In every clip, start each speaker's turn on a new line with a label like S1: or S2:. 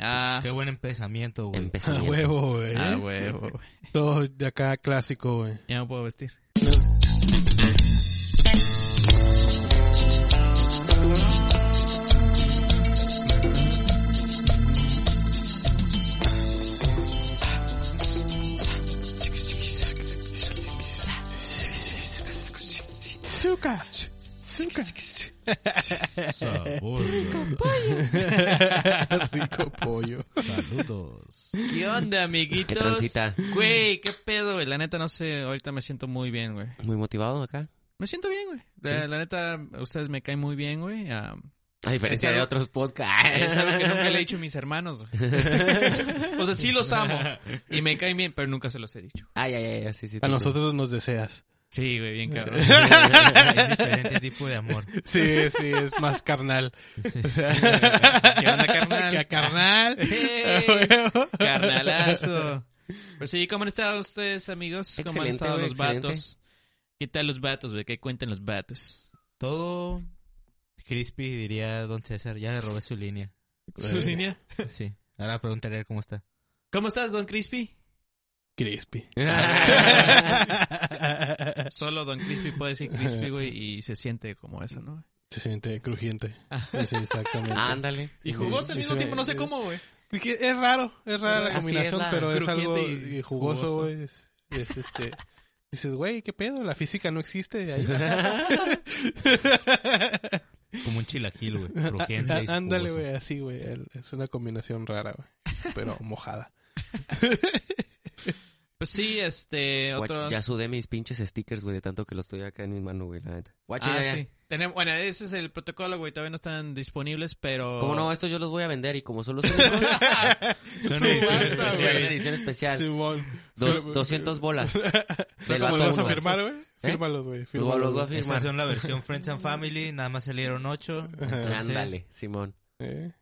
S1: Ah,
S2: Qué buen empezamiento, güey.
S1: empezó.
S3: A huevo, güey.
S1: Ah, huevo, güey.
S3: Todo de acá clásico, güey.
S1: Ya no puedo vestir.
S3: Zuka. Zuka.
S2: Sabor, güey.
S3: Rico pollo.
S2: Saludos.
S1: ¿Qué onda, amiguitos?
S4: ¿Qué transita?
S1: Güey, qué pedo, güey. La neta no sé, ahorita me siento muy bien, güey.
S4: Muy motivado acá.
S1: Me siento bien, güey. La, la neta, ustedes me caen muy bien, güey. Ah,
S4: A diferencia
S1: Es
S4: de
S1: algo-
S4: otros podcasts.
S1: es algo que nunca le he dicho a mis hermanos, güey. o sea, sí los amo y me caen bien, pero nunca se los he dicho.
S4: Ay, ay, ay, sí, sí.
S3: A
S4: te-
S3: nosotros nos deseas.
S1: Sí, güey, bien cabrón.
S2: es diferente tipo de amor.
S3: Sí, sí, es más carnal. O sea,
S1: ¿Qué onda, carnal?
S3: Que a carnal.
S1: ¡Ey! Carnalazo. Pues sí, ¿cómo han estado ustedes, amigos? ¿Cómo han
S4: Excelente,
S1: estado
S4: güey,
S1: los
S4: excelente.
S1: vatos? ¿Qué tal los vatos, güey? ¿Qué cuentan los vatos?
S2: Todo crispy, diría Don César. Ya le robé su línea.
S1: ¿Su línea?
S2: Sí. Ahora preguntaré a él cómo está.
S1: ¿Cómo estás, Don Crispy?
S3: Crispy.
S1: Solo Don Crispy puede decir Crispy, güey, y se siente como eso, ¿no?
S3: Se siente crujiente. Sí, exactamente.
S4: Ándale.
S1: Y jugoso al
S3: Ah, Y
S1: mismo
S3: se-
S1: tiempo, no sé cómo, güey.
S3: Es que Es raro, es rara la
S4: Así
S3: combinación,
S4: es la-
S3: pero es algo
S1: crujiente y
S3: y jugoso,
S1: jugoso.
S3: güey. Es, es, este. Dices, güey, ¿qué pedo? La física no existe. Ahí
S2: Como un chilaquil, güey. Crujiente. y
S3: Á- Ah, Ándale,
S2: jugoso.
S3: güey, así, güey. El- Es una combinación rara, güey. Pero mojada.
S1: Pues sí, este,
S4: Guach-
S1: otros...
S4: Ya sudé mis pinches stickers, güey, de tanto que los estoy acá en mi mano, güey, la neta. Guacha,
S1: Ah,
S4: ya, ya.
S1: sí. Tenemos, bueno, ese es el protocolo, güey. Todavía no están disponibles, pero...
S4: ¿Cómo no? Estos yo los voy a vender y como solo son los
S2: Suena-
S3: Subasta,
S2: suena-
S3: güey.
S4: una edición especial,
S3: Simón.
S4: dos,
S3: Solo-
S4: 200 bolas.
S3: ¿Sabes
S4: Del
S3: cómo
S4: vato
S3: los vas a
S4: uno.
S3: firmar, güey?
S4: ¿Eh?
S3: Fírmalos, güey.
S4: Los voy-
S3: fírmalos,
S4: los voy a
S3: güey.
S2: Esta
S4: firmar.
S2: son la versión Friends and Family. Nada más salieron ocho. Entonces,
S4: Ándale, Simón.
S3: Eh,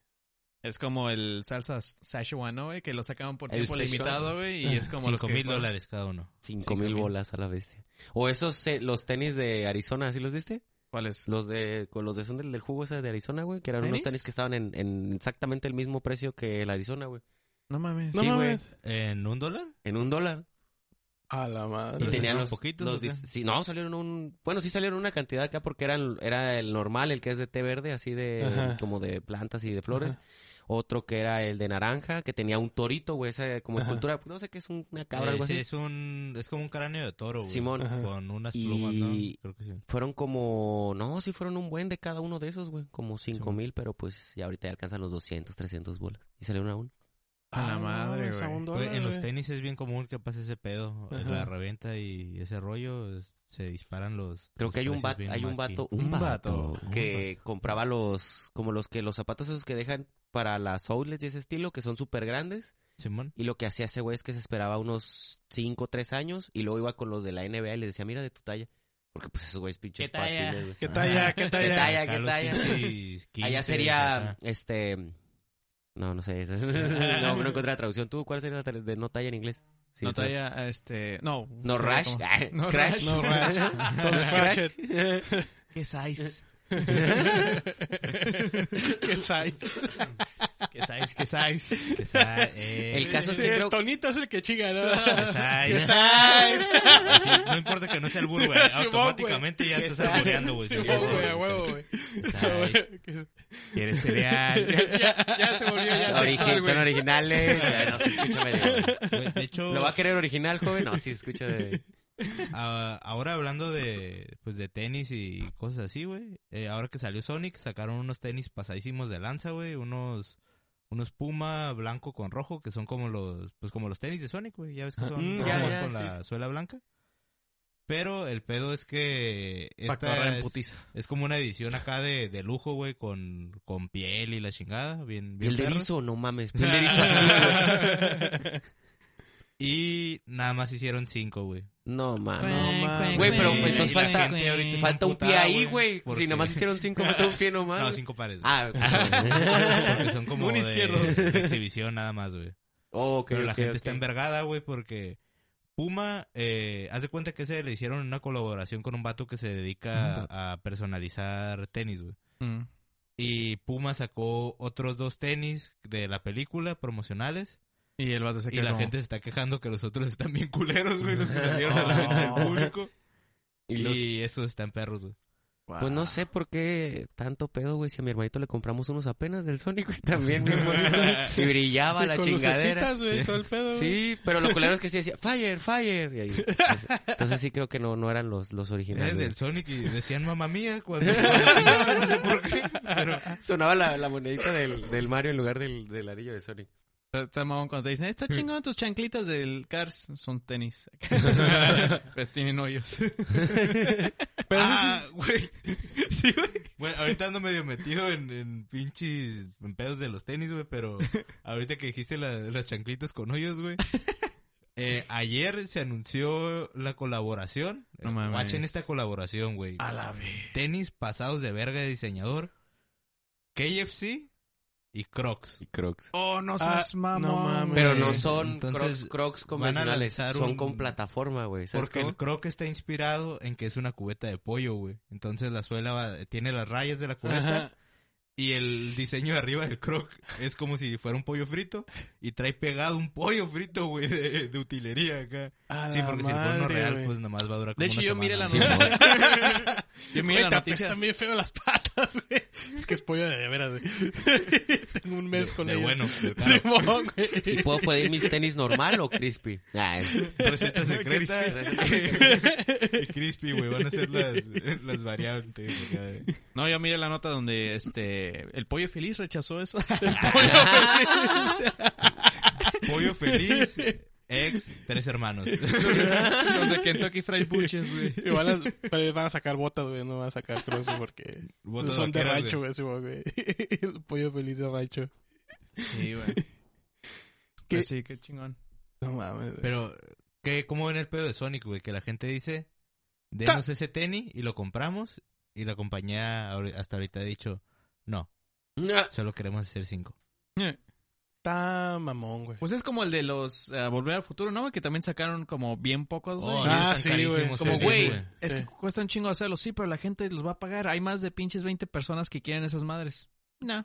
S1: Es como el salsa Szechuan, ¿no, güey? Que lo sacaban por
S4: El
S1: tiempo
S4: Szechuan.
S1: limitado, güey. Y es como los
S2: Cinco
S1: que-
S2: mil dólares cada uno.
S4: Cinco
S1: Cinco
S4: mil
S1: mil.
S4: bolas a la bestia. O esos, eh, los tenis de Arizona, ¿sí los viste?
S1: ¿Cuáles?
S4: Los de, con los de son del, del jugo ese de Arizona, güey, que eran unos
S1: ¿Tenis?
S4: tenis que estaban en, en exactamente el mismo precio que el Arizona, güey.
S1: No mames.
S3: No
S4: Sí, güey.
S3: mames.
S2: ¿En un dólar?
S4: En un dólar.
S3: A la madre.
S2: Pero
S4: tenía
S2: salieron
S4: los-
S2: poquitos,
S4: Los
S2: ¿o qué?
S4: dis- sí, no, salieron un... Bueno, sí salieron una cantidad acá porque eran, era el normal, el que es de té verde, así de...
S3: Ajá.
S4: Como de plantas y de flores. Otro que era el de naranja, que tenía un torito, güey, esa como
S3: Ajá.
S4: escultura. pues, No sé qué es, una cabra,
S2: Eh,
S4: algo
S2: sí,
S4: así.
S2: Es, un, es como un cráneo de toro, güey.
S4: Simón.
S3: Ajá.
S2: Con unas
S4: Y-
S2: plumas, ¿no? Creo que sí.
S4: Fueron como... No, sí fueron un buen de cada uno de esos, güey. Como cinco
S2: Sí.
S4: mil, pero pues ya ahorita ya alcanzan los 200, 300 bolas. Y salieron a uno.
S1: A la
S3: Ah, no
S1: madre,
S3: mames, a
S1: güey.
S3: un
S2: Güey,
S3: dólar,
S2: en los
S3: güey.
S2: tenis es bien común que pase ese pedo. eh,
S3: Ajá.
S2: La reventa y ese rollo es- se disparan los.
S4: Creo
S2: los
S4: que hay un,
S2: precios
S4: vato,
S2: bien
S4: hay un
S2: machín.
S4: vato, un,
S1: Un
S4: vato,
S1: vato.
S4: que compraba los, como los que los zapatos esos que dejan para las outlets y ese estilo, que son súper grandes.
S2: Simón.
S4: Y lo que hacía ese güey es que se esperaba unos 5 o 3 años y luego iba con los de la NBA y le decía, mira de tu talla. Porque pues esos güeyes pinches
S1: ¿Qué talla?
S4: patines, güey.
S3: ¿Qué talla? Ah, ¿Qué
S4: ¿Qué
S3: talla?
S4: talla?
S2: Acá los
S4: talla?
S2: pinches 15,
S4: Allá sería,
S2: acá.
S4: este... No, no sé. no, no encontré la traducción. ¿Tú cuál sería la tra- de no talla en inglés? Sí,
S1: no
S4: o sea,
S1: traía, este... No.
S4: No
S1: sería
S4: rash.
S1: como-
S4: Ah,
S1: No
S4: scratch.
S1: rash.
S3: No, rash. Don't scratch it.
S1: ¿Qué size?
S3: ¿Qué size?
S1: ¿Qué size? ¿Qué size?
S2: Que sa- eh,
S4: El caso es
S3: Sí,
S4: que creo-
S3: El tonito es el que chinga, ¿no?
S2: que sa-
S3: ¿Qué
S2: no-
S3: size?
S2: sí, no importa que no sea el burro, güey.
S3: Simón, güey.
S2: Automáticamente ya estás alboreando, güey.
S3: Sí,
S2: Sí, sí,
S3: güey,
S2: sí.
S3: a huevo, güey.
S2: Ay,
S1: ¿Quieres cereal? ya, ya se volvió ya
S4: origi-
S1: sexual,
S4: son
S1: güey.
S4: originales. Ya, no, sí, escúchame. de-
S2: güey, De hecho,
S4: ¿Lo va a querer original, joven? No, sí, escucha de...
S2: Ah, ahora hablando de pues de tenis y cosas así, güey. eh, ahora que salió Sonic, sacaron unos tenis pasadísimos de lanza, güey. Unos unos puma blanco con rojo que son como los pues como los tenis de Sonic, güey. Ya ves que son
S4: Mm, ya,
S2: rojos
S4: ya,
S2: con
S4: sí.
S2: la suela blanca. Pero el pedo es que
S1: Pa'
S2: esta
S1: correr en
S2: es,
S1: putiza.
S2: es como una edición acá de, de lujo, güey, con, con piel y la chingada, bien bien
S4: Piel de
S2: perros.
S4: erizo, no mames. Piel de erizo azul, güey.
S2: y nada más hicieron cinco, güey.
S4: No mames.
S3: No mames.
S4: Güey, pero pues,
S2: Y-
S4: entonces
S2: y la
S4: falta-
S2: gente ahorita está
S4: Falta un pie
S2: emputada,
S4: ahí, güey.
S2: porque-
S4: Si nomás hicieron cinco, falta un pie nomás.
S2: No,
S4: güey.
S2: cinco pares. güey.
S4: Ah,
S2: Porque son como
S3: Un
S2: de-
S3: izquierdo.
S2: de exhibición nada más, güey.
S4: oh, ok,
S2: Pero la
S4: ok,
S2: gente
S4: ok.
S2: está envergada, güey, porque Puma, eh, haz de cuenta que se le hicieron una colaboración con un vato que se dedica a personalizar tenis, güey.
S1: Mm.
S2: Y Puma sacó otros dos tenis de la película promocionales.
S1: Y el vato se
S2: Y la
S1: quedó.
S2: gente se está quejando que los otros están bien culeros, güey, los que salieron a la venta
S4: Ah.
S2: del público.
S4: Y
S2: Y,
S4: los-
S2: estos están perros, güey.
S4: Pues no sé por qué tanto pedo, güey. Si a mi hermanito le compramos unos apenas del Sonic, güey, también bien bonitos. Y brillaba
S3: Y
S4: la
S3: con
S4: chingadera.
S3: lucecitas, güey, todo el pedo. güey.
S4: Sí, pero lo culero es que sí decía Fire, Fire. Y ahí- entonces, entonces sí creo que no, no eran los, los originales.
S2: Eran Eh, del Sonic y decían mamá mía cuando... no sé por qué, pero...
S4: Sonaba la, la monedita del, del Mario en lugar del, del anillo de Sonic.
S1: Está- está mamón cuando te dicen, está chingón tus chanclitas del Cars. Son tenis. Pero tienen hoyos.
S3: Pero eso
S2: ah, güey. Sí, güey. Bueno, ahorita ando medio metido en, en pinches en pedos de los tenis, güey, pero ahorita que dijiste la- las chanclitas con hoyos, güey. eh, ayer se anunció la colaboración.
S1: No mames. Ah.
S2: Watchen esta colaboración, güey.
S1: A la vez.
S2: Tenis pasados de verga de diseñador. KFC y Crocs.
S4: Y Crocs.
S1: Oh, no seas
S3: Ah,
S1: mamón.
S3: no mames.
S4: Pero
S1: güey.
S4: no son
S2: Eh, Entonces,
S4: Crocs, Crocs
S2: van a
S4: convencionales.
S2: lanzar
S4: Son
S2: un-
S4: con plataforma, güey. ¿sabes
S2: Porque el
S4: cómo?
S2: croc está inspirado en que es una cubeta de pollo, güey. Entonces la suela va- tiene las rayas de la cubeta.
S3: Ajá.
S2: Y el diseño de arriba del croc es como si fuera un pollo frito. Y trae pegado un pollo frito, güey, de, de utilería acá.
S3: A
S2: Sí,
S3: la
S2: porque si el porno
S3: madre,
S2: real,
S3: güey.
S2: pues nomás va a durar como
S1: De hecho,
S2: una
S1: yo miré la
S2: semana,
S1: noticia.
S2: ¿no?
S1: yo miré
S3: Güey,
S1: la
S3: te
S1: noticia.
S3: apestan bien feo las patas, güey. Es que es pollo de veras, güey. Tengo un mes con
S2: De
S3: ello.
S2: bueno, de caro.
S3: Simón, güey.
S4: ¿Y puedo pedir mis tenis normal o crispy? Ah, es-
S2: Receta secreta. y crispy, güey, van a ser las, las variantes. acá, güey.
S1: No, yo miré la nota donde este el pollo feliz rechazó eso.
S2: Pollo feliz, ex, tres hermanos.
S1: Los de Kentucky Fried Buches, güey.
S3: Y van a, pero van a sacar botas, güey. No van a sacar cross güey, porque
S2: Botas
S3: son de
S2: vaqueras,
S3: rancho,
S2: güey.
S3: güey. Simón, güey. El pollo feliz de rancho.
S1: Sí, güey.
S3: ¿Qué?
S1: Pues sí, qué chingón.
S3: No mames, güey.
S2: Pero, ¿qué, ¿cómo ven el pedo de Sonic, güey? Que la gente dice, denos ese tenis y lo compramos. Y la compañía ahori- hasta ahorita ha dicho, no, solo queremos hacer cinco.
S3: Está mamón, güey.
S1: Pues es como el de los eh, Volver al Futuro, ¿no? güey? Que también sacaron como bien pocos, güey.
S2: Oh,
S1: Y-
S3: Ah,
S2: ellos están
S3: sí,
S2: carísimos,
S3: güey.
S1: como,
S2: sí,
S1: güey,
S2: sí,
S1: es
S3: Sí.
S1: que cuesta un chingo hacerlo, sí, pero la gente los va a pagar. Hay más de pinches 20 personas que quieren esas madres. No.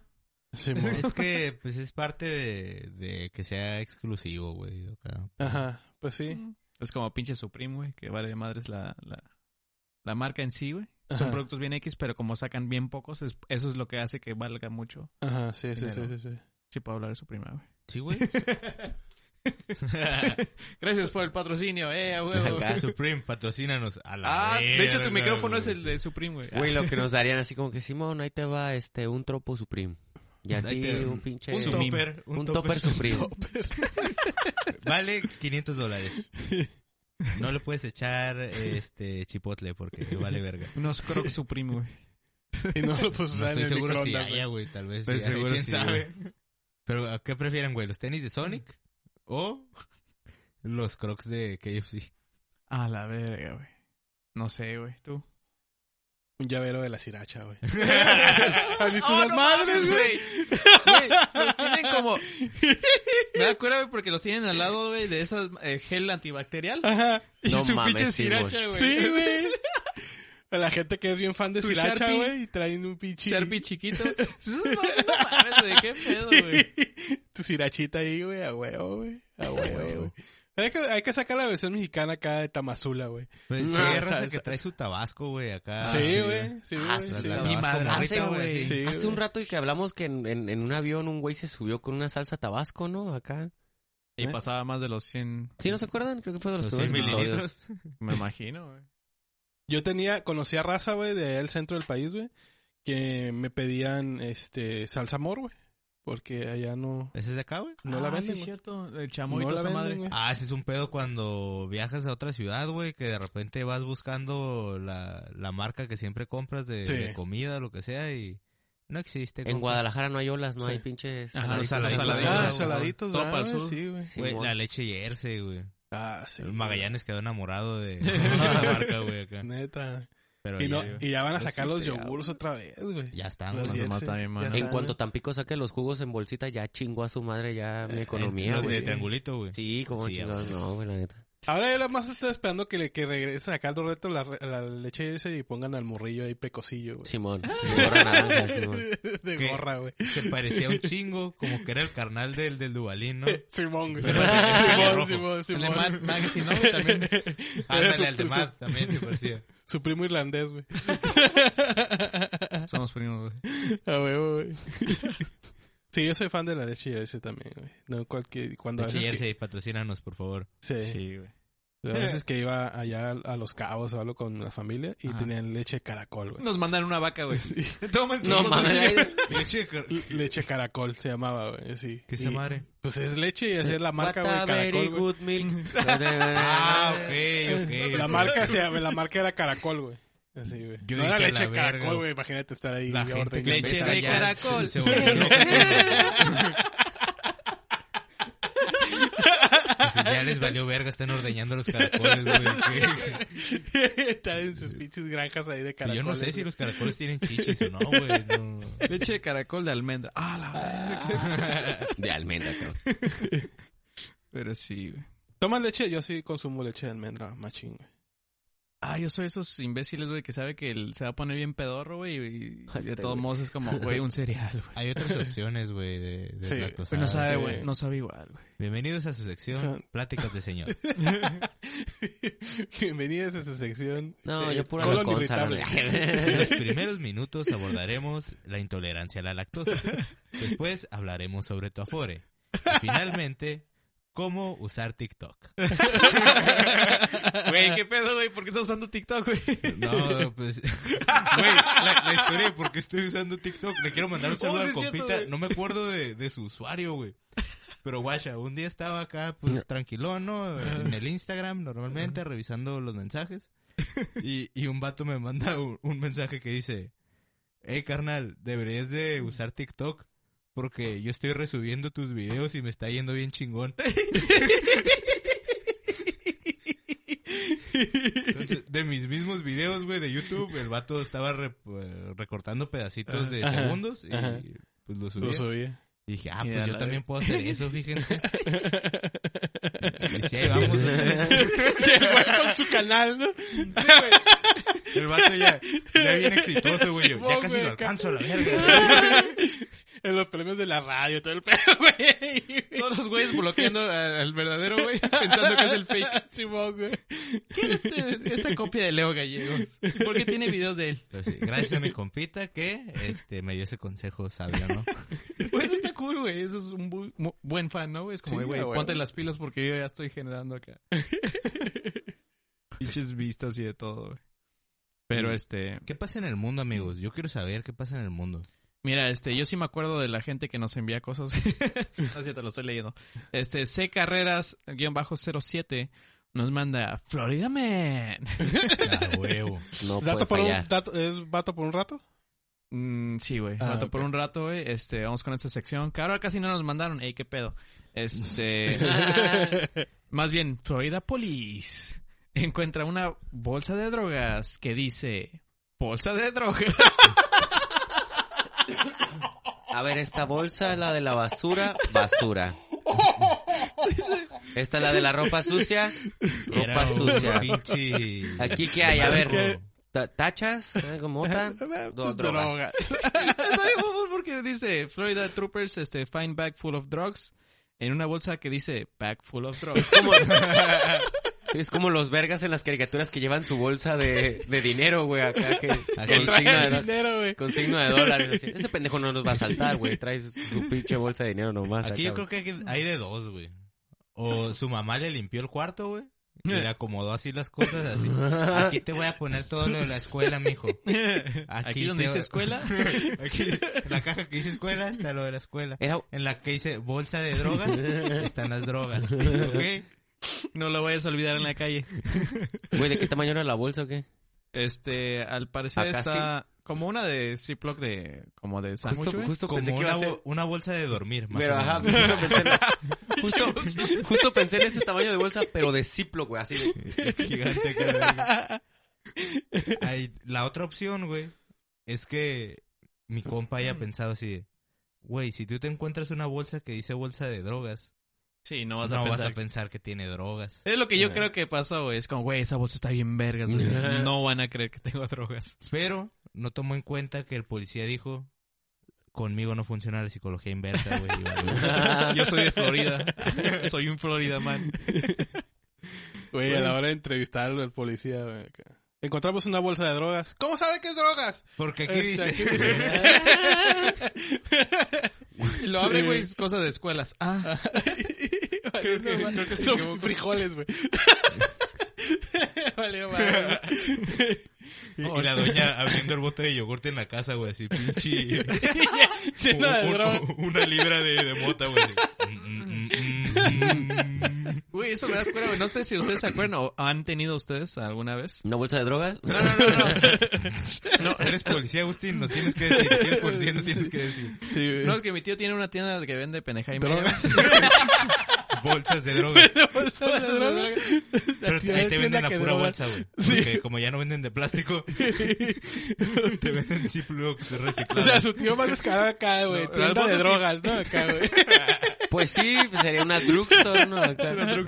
S3: Simón.
S2: Es que, pues, es parte de, de que sea exclusivo, güey. acá.
S3: Ajá, pues sí.
S1: Es como pinche Supreme, güey, que vale madres la, la, la marca en sí, güey. Son
S3: Ajá.
S1: productos bien X, pero como sacan bien pocos, es- eso es lo que hace que valga mucho.
S3: Ajá, sí, sí, sí,
S1: Dinero.
S3: sí, sí.
S1: Sí, puedo hablar de Supreme, güey.
S2: Sí, güey.
S1: Gracias por el patrocinio, eh, a huevo.
S4: Acá.
S2: Supreme, patrocínanos. A la
S1: Ah, de hecho tu
S2: verga,
S1: micrófono es
S2: güey.
S1: el de Supreme, güey.
S4: Güey, lo que nos darían así como que, Simón, ahí te va este, un tropo Supreme. Y a
S2: Ahí
S4: ti
S2: te-
S4: un pinche...
S2: Un
S1: Supreme.
S2: topper.
S4: un topper Supreme.
S2: Vale 500 dólares. No le puedes echar este chipotle porque vale verga.
S1: Unos Crocs Supreme, güey.
S3: Y no lo puedes
S2: No estoy
S3: usar Pues en el
S2: seguro si
S3: microondas,
S2: haya, güey, tal vez.
S1: Estoy
S2: sí haya,
S1: Pues, seguro
S2: ¿Quién
S1: sí,
S2: sabe? Pero, ¿a qué prefieren, güey? ¿Los tenis de Sonic o los crocs de KFC?
S1: A la verga, güey. No sé, güey, tú.
S3: Un llavero de la siracha, güey.
S1: ¿Has
S3: visto esas madres,
S1: güey? Güey, Los tienen como... Me da cura, güey, porque los tienen al lado, güey, de esas eh, gel antibacterial.
S3: Ajá.
S1: Y
S4: No
S1: su
S4: mames,
S1: pinche
S4: sí,
S1: sriracha, güey.
S3: Ah, Sí, güey. A la gente que es bien fan de
S1: Su
S3: siracha,
S1: Sharpie.
S3: güey, y traen un pinche...
S1: Sharpie chiquito. No mames, güey, qué pedo, güey.
S3: tu sirachita ahí, güey, a huevo, güey. A huevo,
S2: huevo.
S3: güey. Hay que, hay que sacar la versión mexicana acá de Tamazula, güey.
S2: Pues, sí,
S3: No,
S2: hay
S3: o
S2: raza
S3: sea,
S2: que
S3: esa-
S2: trae su tabasco, güey, acá.
S3: Ah, sí, güey. Sí, güey.
S4: Ah,
S2: La-
S4: sí,
S2: la
S4: Mi
S2: Tabasco
S1: madre,
S2: morrita,
S4: hace,
S2: güey.
S3: Sí,
S4: Hace
S3: güey.
S4: un rato y que hablamos que en, en- en un avión un güey se subió con una salsa tabasco, ¿no? Acá.
S1: Y
S3: ¿Eh?
S1: pasaba más de los 100,
S4: ¿Sí no se acuerdan? Creo que fue de los,
S2: Los 100
S4: primeros episodios.
S2: mililitros.
S1: me imagino, güey.
S3: Yo tenía, conocía raza, güey, de allá del centro del país, güey, que me pedían, este, salsa mor, güey. Porque allá no,
S2: ¿Ese es de acá, güey?
S3: no la
S1: Ah,
S3: venden,
S1: sí,
S3: güey.
S1: cierto. El chamoy
S3: No
S1: y
S3: la
S1: toda esa madre.
S3: venden, güey.
S2: Ah, ese es un pedo cuando viajas a otra ciudad, güey, que de repente vas buscando la, la marca que siempre compras de,
S3: Sí.
S2: de comida, lo que sea, y no existe.
S4: En
S2: compa.
S4: Guadalajara no hay olas, no
S3: Sí.
S4: hay pinches...
S1: Ajá,
S4: saladitos.
S2: los saladitos.
S3: Ah,
S1: güey.
S3: saladitos,
S1: Todo
S3: ah,
S1: pa'l
S3: güey,
S1: sur.
S3: sí, güey.
S4: Sí,
S2: Güey,
S4: mon.
S2: la leche Jersey, güey.
S3: Ah, sí.
S2: El Magallanes quedó enamorado de de esa marca, güey, acá.
S3: Neta.
S2: Pero
S3: Y,
S2: ya,
S3: no, y ya van a
S2: No
S3: sacar los
S2: existe ya,
S3: yogures otra vez, güey.
S2: ya están,
S3: Las
S2: güey.
S1: Jersey. nomás
S3: dieces,
S1: también,
S3: ya
S1: mano.
S3: están,
S4: En cuanto
S3: güey.
S4: Tampico saque los jugos en bolsita, ya chingó a su madre ya mi
S3: Eh,
S4: economía,
S2: Los de
S4: güey.
S2: triangulito, güey.
S4: Sí, como
S2: Sí,
S4: chingados,
S2: güey.
S4: no, güey, la neta.
S3: Ahora yo nada más estoy esperando que, le, que regresen acá al Dorreto la, re- la leche irse y pongan al morrillo ahí pecosillo, güey.
S4: Simón. Gorra naranja, Simón.
S3: de
S2: ¿Qué?
S3: gorra, güey.
S2: Que parecía un chingo, como que era el carnal del, del Dubalín, ¿no?
S3: Simón, güey.
S2: Pero
S3: Simón,
S2: sí, sí,
S1: El de
S2: rojo.
S3: Simón, Simón, Simón.
S1: Mad Magazine, ¿no? güey? También.
S3: Era su-
S2: Ándale, al de
S3: su-
S2: Matt también se parecía.
S3: Su primo irlandés, güey.
S1: Somos primos, güey.
S3: A huevo, güey. Sí, yo soy fan de la leche Jersey también, güey. No cualquier... Cuando a
S2: De
S3: veces que...
S2: Jersey, patrocínanos, por favor.
S3: Sí.
S1: Sí, güey.
S3: A veces que iba allá a Los Cabos o algo con la familia y
S1: Ajá.
S3: tenían leche de caracol, güey.
S1: Nos mandan una vaca, güey. Tomen su
S4: No
S1: foto,
S4: mames.
S1: sí, güey.
S4: ahí-
S2: Leche de car-
S3: Leche caracol se llamaba, güey, sí.
S2: ¿Qué
S3: Y-
S2: se madre?
S3: Pues es leche y así es la marca,
S4: What
S3: güey,
S4: a very
S3: caracol, güey.
S4: good milk.
S2: Ah, ok, ok.
S3: La marca, se llama- la marca era caracol, güey. Así, güey.
S2: Yo
S3: no era
S2: dije,
S3: leche
S2: "A la
S3: de caracol,
S2: verga".
S3: güey. Imagínate estar ahí.
S2: La
S3: y
S2: gente
S3: ordeñando
S2: que
S1: Leche
S2: empieza
S1: de
S2: ya,
S1: caracol.
S2: se volvió- Pues ya les valió verga, están ordeñando los caracoles, güey. Que-
S3: estar en sus pinches granjas ahí de
S2: que
S3: caracol.
S2: Yo no sé si los caracoles tienen chichis o no, güey. no.
S1: Leche de caracol de almendra. Ah, la verga.
S4: De almendra, cabrón.
S1: Pero sí, güey.
S3: ¿Tomas leche? Yo sí consumo leche de almendra, machín, güey.
S1: Ah, yo soy esos imbéciles, güey, que sabe que el- se va a poner bien pedorro, güey. Y, y de
S4: Este,
S1: todos
S4: güey.
S1: modos es como, Pues güey, un cereal, güey. Ah,
S2: Hay otras opciones, güey, de, de
S3: Sí,
S2: lactosa.
S1: Pero no sabe,
S3: sí.
S1: güey. No sabe igual, güey.
S2: Bienvenidos a su sección,
S3: Son-
S2: Pláticas de Señor.
S3: Bienvenidas a su sección.
S4: No,
S3: eh,
S4: yo pura
S3: colon
S4: cosa.
S3: irritable.
S2: En los primeros minutos abordaremos la intolerancia a la lactosa. Después hablaremos sobre tu afore. Y finalmente, cómo usar TikTok.
S1: Güey, ¿qué pedo, güey? ¿Por qué estás usando TikTok, güey?
S2: No, pues. Güey, la, la historia de por qué estoy usando TikTok. Le quiero mandar un saludo
S1: Oh, sí
S2: al
S1: es cierto,
S2: compita.
S1: güey.
S2: No me acuerdo de, de su usuario, güey. Pero guacha, un día estaba acá, pues tranquilón, ¿no? En el Instagram, normalmente, revisando los mensajes. Y, y un vato me manda un, un mensaje que dice: Hey, carnal, deberías de usar TikTok. Porque yo estoy resubiendo tus videos y me está yendo bien chingón. Entonces, de mis mismos videos, güey, de YouTube, el vato estaba re- eh, recortando pedacitos de
S3: Ajá,
S2: segundos y
S3: ajá.
S2: pues lo subía.
S3: Lo subía.
S2: Y dije, ah,
S1: Y
S2: pues
S1: a
S2: yo
S1: la
S2: también puedo hacer eso, fíjense. Y sí, ahí vamos. los tres.
S3: Con su canal, ¿no?
S2: El vato ya, ya bien exitoso, güey. Yo, ya
S3: Simón,
S2: casi
S3: güey,
S2: lo
S3: acá.
S2: alcanzo, la verga.
S3: En los premios de la radio, todo el pedo, güey.
S1: Todos los güeyes bloqueando al, al verdadero, güey. Pensando que es el fake.
S3: Simón, güey.
S1: ¿Quién es este, esta copia de Leo Gallegos? ¿Por qué tiene videos de él?
S2: Pero sí, gracias a mi compita que este, me dio ese consejo sabio, ¿no?
S1: Güey, Pues eso está cool, güey. Eso es un bu- mu- buen fan, ¿no? güey? Es como,
S3: Sí,
S1: güey,
S3: ah, güey.
S1: ponte las pilas porque yo ya estoy generando acá. Pinches vistas y de todo, güey. Pero este,
S2: ¿Qué pasa en el mundo, amigos? Yo quiero saber qué pasa en el mundo.
S1: mira, este, yo sí me acuerdo de la gente que nos envía cosas. no es cierto, lo estoy leyendo. Este, C Carreras, guión bajo 07, nos manda Florida Man.
S2: A huevo.
S4: No puede
S3: ¿Dato por un,
S4: fallar.
S3: dato- ¿Es vato por un rato?
S1: Mm, sí, güey.
S3: Ah,
S1: Rato Por
S3: ok.
S1: un rato, güey. Este, vamos con esta sección. Que ahora casi no nos mandaron. Ey, qué pedo. Este. más bien, Florida Police encuentra una bolsa de drogas que dice. Bolsa de drogas.
S4: A ver, esta bolsa es la de la basura, basura. Esta es la de la ropa sucia, ropa
S2: Era un
S4: sucia.
S2: pinche-
S4: Aquí qué hay, a ver.
S2: Marco.
S4: Ta- Tachas, eh, mota,
S3: pues,
S4: do- drogas.
S1: Está bien, mamón, porque dice Florida Troopers este, find bag full of drugs en una bolsa que dice bag full of drugs.
S4: Como- es como los vergas en las caricaturas que llevan su bolsa de, de dinero, güey, acá que
S2: Que
S4: con signo
S3: Trae el
S4: de, do-
S3: dinero, güey.
S4: Ah, con signo de dólares. así. Ese pendejo no nos va a saltar, güey. Trae su, su pinche bolsa de dinero nomás.
S2: Aquí
S4: acá,
S2: yo creo que hay- hay de dos, güey. O su mamá le limpió el cuarto, güey. Y le acomodó así las cosas, así. Aquí te voy a poner todo lo de la escuela, mijo.
S1: Aquí, donde
S2: te-
S1: dice escuela.
S2: Aquí, en la caja que dice escuela está lo de la escuela.
S4: Era,
S2: En la que dice bolsa de drogas están las drogas. ¿Ok?
S1: No lo vayas a olvidar en la calle.
S4: güey, ¿de qué tamaño era la bolsa o qué?
S1: Este, al parecer
S4: Acá
S1: está como una de Ziploc de como de sándwich,
S4: Justo,
S1: güey.
S4: justo pensé
S2: Como
S4: que iba
S2: una,
S4: a ser...
S2: bo- una bolsa de dormir, más
S4: Pero
S2: o
S4: ajá,
S2: menos.
S4: justo pensé, en la- justo, justo pensé en ese tamaño de bolsa, pero de ciplo, güey, así de...
S2: Gigante, qué verga. Ay, la otra opción, güey, es que mi compa haya pensado así de, güey, si tú te encuentras una bolsa que dice bolsa de drogas,
S1: Sí, no vas a
S2: no vas
S1: pensar.
S2: a pensar que tiene drogas.
S1: es lo que yo
S4: Ajá.
S1: creo que pasó, güey. Es como, güey, esa bolsa está bien vergas, güey. No van a creer que tengo drogas.
S2: Pero no tomó en cuenta que el policía dijo, conmigo no funciona la psicología inversa, güey. y valió.
S1: Yo soy de Florida. soy un Florida man.
S3: Güey, a la hora de entrevistar al policía, güey, acá. Encontramos una bolsa de drogas. ¿Cómo sabe que es drogas?
S2: Porque aquí
S3: Este,
S2: dice...
S3: aquí dice-
S1: Lo abre, güey, es cosa de escuelas. Ah,
S3: Valió
S1: Creo que-
S3: madre.
S1: creo que se
S3: Son
S1: equivocó.
S3: frijoles, güey. Valió madre.
S2: Y, y la doña abriendo el bote de yogurte en la casa, güey, así pinche... un-
S3: Lleno de
S2: un-
S3: drogas.
S2: una libra de, de mota, güey. Mm, mm, mm, mm, mm.
S1: güey, eso me da cura, güey. No sé si ustedes se acuerdan o han tenido ustedes alguna vez.
S4: ¿Una bolsa de drogas?
S1: No, no, no, no.
S2: No, eres policía, Agustín, nos tienes que decir. Si eres policía, nos tienes que decir.
S3: Sí, güey.
S1: No, es que mi tío tiene una tienda que vende pendeja y media.
S3: Drogas.
S2: Bolsas de drogas.
S3: Bolsas de drogas.
S2: Pero
S3: tía
S2: ahí
S3: de
S2: te
S3: tienda
S2: venden la
S3: que
S2: pura
S3: droga.
S2: bolsa, güey. Porque como ya no venden de plástico, te venden Ziplocs
S3: O
S2: reciclados.
S3: sea, su tío más descarado acá, güey.
S1: No, las
S3: tienda de
S1: bolsas sí.
S3: drogas, ¿no? Acá, güey.
S4: Pues sí, pues sería una drugstore, ¿no? Acá.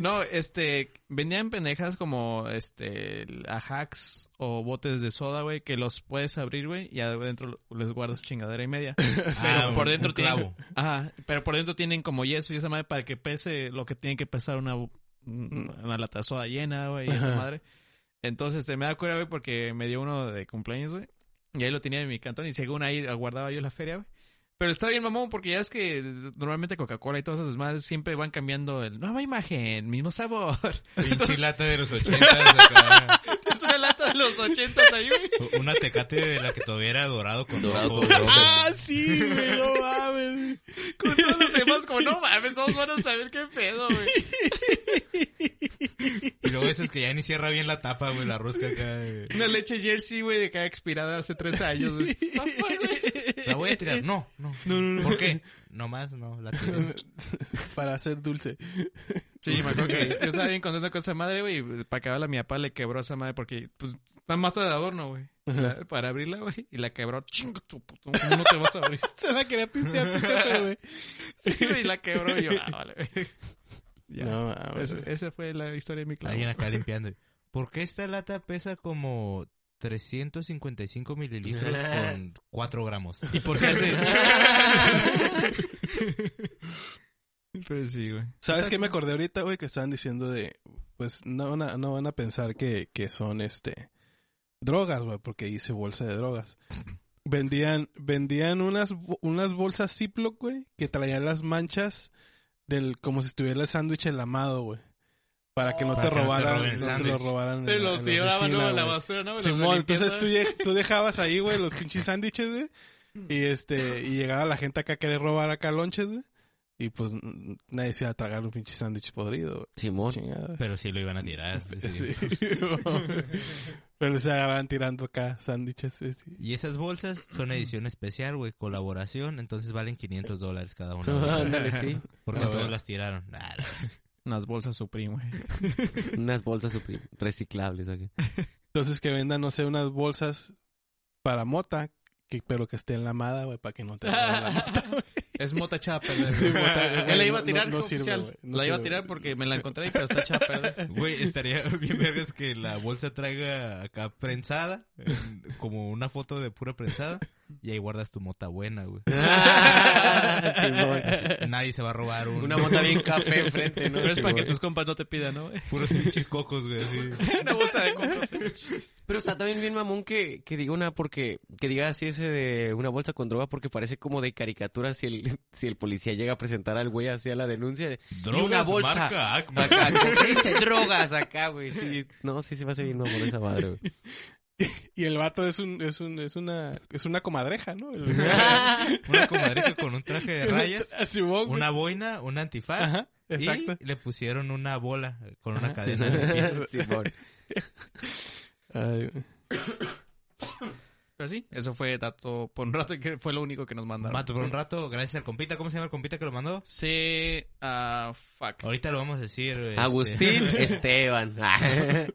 S1: No, este, vendían pendejas como, este, a hacks o botes de soda, güey, que los puedes abrir, güey, y adentro les guardas chingadera y media.
S2: Ah,
S1: Pero
S2: un-
S1: por dentro
S2: un
S1: tienen,
S2: clavo.
S1: Ajá, pero por dentro tienen como yeso y esa madre para que pese lo que tiene que pesar una, una lata de soda llena, güey, y esa
S3: Ajá.
S1: madre. Entonces, te me da cura, güey, porque me dio uno de cumpleaños, güey. Y ahí lo tenía en mi cantón y según ahí guardaba yo la feria, güey. Pero está bien, mamón, porque ya es que normalmente Coca-Cola y todas esas madres siempre van cambiando el nueva imagen, mismo sabor.
S2: Pinche lata de los ochentas acá.
S1: es una lata de los ochentas ahí, güey.
S2: Una tecate de la que todavía era dorado con
S4: Dorado
S2: rojo.
S4: con rojo.
S3: ¡Ah, sí, güey! ¡No mames!
S1: Con todos los demás, como, no mames, todos van a saber qué pedo, güey.
S2: Y luego esas que ya ni cierra bien la tapa, güey, la rosca acá. güey.
S1: Una leche Jersey, güey, de cada expirada hace tres años, güey. Papá, güey.
S2: La voy a tirar. No, no. ¿Por qué? Nomás no, la tiré.
S3: Para hacer dulce.
S1: Sí, me acuerdo que yo estaba bien contento con esa madre, güey. Para acabarla, mi papá le quebró esa madre porque, pues, nada más está de adorno, güey. La- Para abrirla, güey. Y la quebró. Chingo tu puto. ¿Cómo no te vas a abrir?
S3: Se la quería pintear, fíjate, güey.
S1: y la quebró y yo, ah, vale, güey. Ya.
S3: No mames.
S1: Ese- esa fue la historia de mi clavo.
S2: Alguien acá limpiando. ¿Por qué esta lata pesa como 355 mililitros con 4 gramos?
S1: ¿Y por qué hace? pues sí, güey.
S3: ¿Sabes qué me acordé ahorita, güey? Que estaban diciendo de... Pues no van a, no van a pensar que, que son, este... Drogas, güey. Porque hice bolsa de drogas. Vendían, vendían unas, bo- unas bolsas Ziploc, güey. Que traían las manchas del... Como si estuviera el sándwich helamado, güey. Para que no
S2: Para
S3: te
S2: que no te
S3: robaran,
S2: roben el
S3: no te lo
S2: sándwich.
S3: robaran en
S1: Pero
S3: la-
S1: los
S3: en la
S1: tiraban luego
S3: oficina,
S1: a la
S3: güey.
S1: basura, ¿no? Los
S3: Simón, entonces
S1: limpieza.
S3: tú, de- tú dejabas ahí, güey, los pinches sándwiches, güey. Y este, y llegaba la gente acá a querer robar acá lonches, güey. Y pues mm, nadie se iba a tragar un pinche sándwich podrido, güey.
S4: Simón.
S3: Chingada. güey.
S2: Pero sí lo iban a tirar. pues, sí.
S3: Sí. Pero se agarraban tirando acá sándwiches, güey. sí.
S2: Y esas bolsas son edición especial, güey, colaboración, entonces valen 500 dólares cada una. güey.
S4: Ándale, sí.
S2: Porque
S3: Ah,
S2: todos
S3: bueno.
S2: las tiraron. Nah, nah.
S1: Unas bolsas Supreme, güey.
S4: Unas bolsas supri- reciclables aquí.
S3: Entonces que vendan, no sé, unas bolsas para mota, que, pero que esté enlamada, güey, para que no te roben la mota.
S1: Es mota echada a perder,
S3: Sí,
S1: güey.
S3: mota,
S1: Yo la
S3: güey,
S1: iba a
S3: no-
S1: tirar,
S3: no- no sirve,
S1: oficial.
S3: güey, no
S1: la iba a
S3: sirve.
S1: tirar porque me la encontré, pero está echada a perder.
S2: Güey, estaría bien vergas que la bolsa traiga acá prensada, en- como una foto de pura prensada, y ahí guardas tu mota buena, güey.
S4: Ah,
S2: Nadie se va a robar un,
S4: Una mota bien café enfrente, ¿no?
S1: Pero es para que
S4: Simón.
S1: tus compas no te pidan, ¿no?
S2: puros pinches cocos, güey, así.
S1: Una bolsa de compas.
S4: Pero está también bien mamón que, que diga una porque que diga así ese de una bolsa con droga porque parece como de caricatura si el si el policía llega a presentar al güey hacia la denuncia de
S2: Drogas,
S4: una bolsa.
S2: marca
S3: ah,
S2: Acme.
S4: acá como, dice drogas acá, güey. Sí, no, sí se me hace bien mamón esa madre, güey.
S3: Y el vato es un, es un, es una, es una comadreja, ¿no? El-
S2: Una comadreja con un traje de rayas,
S3: Simón, güey.
S2: una boina, un antifaz.
S3: Ajá, exacto.
S2: Y le pusieron una bola con una cadena. de
S3: Ajá.
S4: Simón.
S3: Ay, güey.
S1: Pero sí, eso fue dato por un rato que fue lo único que nos mandaron.
S2: Mato por un rato, gracias al compita. ¿Cómo se llama el compita que lo mandó?
S1: Sí, ah, fuck.
S2: Ahorita lo vamos a decir. este.
S4: Agustín Esteban. Ah.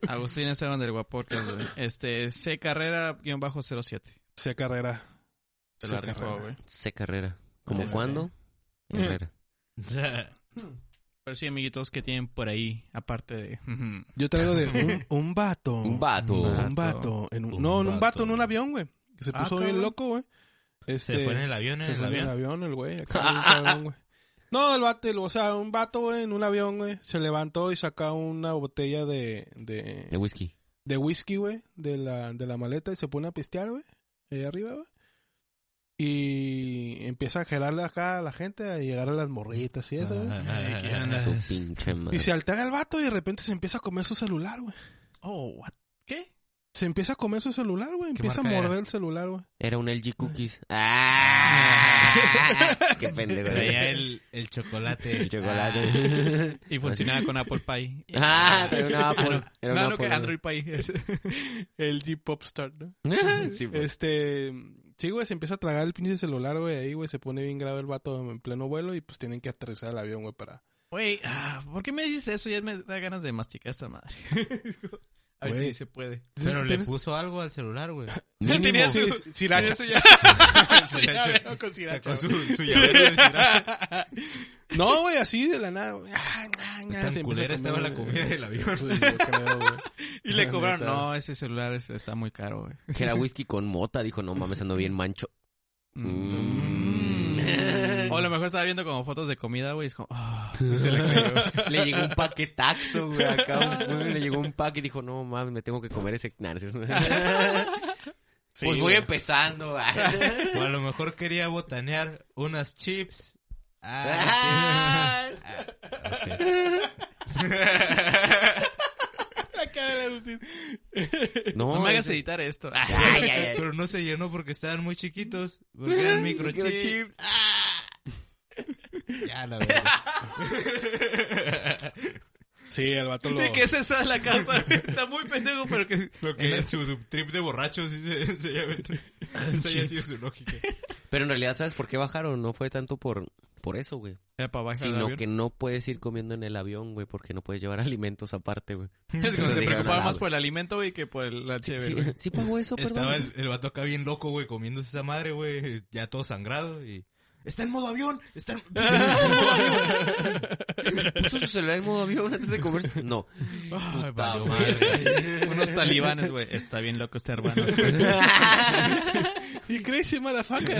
S1: Agustín Esteban del Guapodcast, güey. Este, C Carrera, guión bajo 07.
S3: Se carrera.
S1: Se
S3: Se
S1: la rifó,
S3: carrera.
S1: güey.
S4: Sé carrera. ¿Como
S1: Este.
S4: cuándo? Carrera.
S1: Pero sí, amiguitos, que tienen por ahí? Aparte de...
S3: Yo traigo de un, un vato.
S4: Un vato.
S3: Un vato. En un-
S2: Un
S3: no, en un
S2: vato.
S3: vato en un avión, güey. Que se
S1: Ah,
S3: puso bien
S1: cabrón.
S3: loco, güey. Este,
S2: Se fue en el avión, en
S3: se
S2: el
S3: fue en el
S2: avión.
S3: avión, el güey. acá bien cabrón, güey. No, el vato, el- o sea, un vato, güey, en un avión, güey. Se levantó y saca una botella de, de,
S4: De whisky.
S3: de whisky, güey, de la, de la maleta y se pone a pistear, güey, ahí arriba, güey. Y empieza a gelarle acá a la gente, a llegar a las morritas y eso, güey.
S2: Ay, ¿qué onda?
S4: Su pinche
S2: pues.
S4: madre.
S3: Y se altera el vato y de repente se empieza a comer su celular, güey.
S1: Oh, what? ¿qué?
S3: Se empieza a comer su celular, güey.
S2: ¿Qué
S3: Empieza a
S2: marca ¿eh? era?
S3: morder el celular, güey.
S4: Era un LG Cookies. ¡Ah! ¡Qué pendejo!
S2: Traía el, el chocolate. Ah.
S4: El chocolate.
S1: Y funcionaba con Apple Pie.
S4: Ah, traía una
S1: Ah,
S4: Apple.
S1: no. No,
S4: Era una
S1: no, que
S4: Apple.
S1: Android Pie. es.
S3: El G-Popstar, ¿no? Ah.
S4: Sí, pues.
S3: Este, sí, güey, se empieza a tragar el pinche celular, güey, ahí, güey, se pone bien grave el vato en pleno vuelo y pues tienen que aterrizar el avión, güey, para...
S1: Güey, ah, ¿por qué me dices eso? Ya me da ganas de masticar esta madre. A ver
S3: Güey.
S1: si se puede.
S2: Pero le
S3: Tienes-
S2: puso algo al celular, güey.
S4: Mínimo.
S3: Tenía su-
S1: Mínimo.
S3: sriracha.
S1: Eso ya.
S3: Ya veo con
S2: Sacó
S3: sriracha,
S2: su,
S3: güey.
S2: su llavero de sriracha.
S3: No, güey, así de la nada. güey. Ah, ah, ah, se
S2: Tan
S3: empieza
S2: culera
S3: a
S2: estaba
S3: comer,
S2: la
S3: güey.
S2: comida del avión.
S3: Sí, yo creo, güey.
S1: Y le cobraron.
S3: Neta.
S1: No, ese celular es- está muy caro, güey.
S4: Que era whisky con mota. Dijo, no mames, ando bien mancho.
S1: Mm.
S4: Mm.
S1: O a lo mejor estaba viendo como fotos de comida, güey. y Es como. ah, y se le cayó.
S4: Le llegó un paquetazo, güey. Acá un- le llegó un paquete y dijo, no mames, me tengo que comer ese. Nah, no es cierto. pues voy
S3: güey.
S4: empezando. ah.
S2: O a lo mejor quería botanear unas chips. Ah,
S4: Ah.
S3: La cara de Agustín.
S1: No,
S4: No,
S1: me hagas
S4: ese-
S1: editar esto. Ah.
S4: Ay, ay, ay.
S2: Pero no se llenó porque estaban muy chiquitos. Porque eran microchips.
S4: Microchips.
S2: Ya, la verdad.
S3: Sí, el vato lo...
S1: ¿De qué es esa la casa? güey? Está muy pendejo, pero que.
S2: Lo que en Ah, su trip de borrachos sí se, se, se, se haya sido su lógica.
S4: Pero en realidad, ¿sabes por qué bajaron? No fue tanto por, por eso, güey.
S1: Era para bajar el
S4: Sino
S1: avión.
S4: que no puedes ir comiendo en el avión, güey, porque no puedes llevar alimentos aparte, güey.
S1: Es que
S4: Lo
S1: se
S4: dejaron
S1: preocupaba
S4: al
S1: más
S4: lado.
S1: por el alimento, güey, que por el HB,
S4: Sí,
S1: güey.
S4: sí pagó eso, perdón.
S2: Estaba el, el vato acá bien loco, güey, comiéndose esa madre, güey, ya todo sangrado y... ¡Está en modo avión! ¡Está en...
S4: ¿Puso su celular en modo avión antes de comerse? No.
S2: Ay,
S4: Puta
S2: pues, valió
S4: madre.
S2: madre.
S1: Unos talibanes, güey. Está bien loco este hermano.
S3: You crazy motherfucker.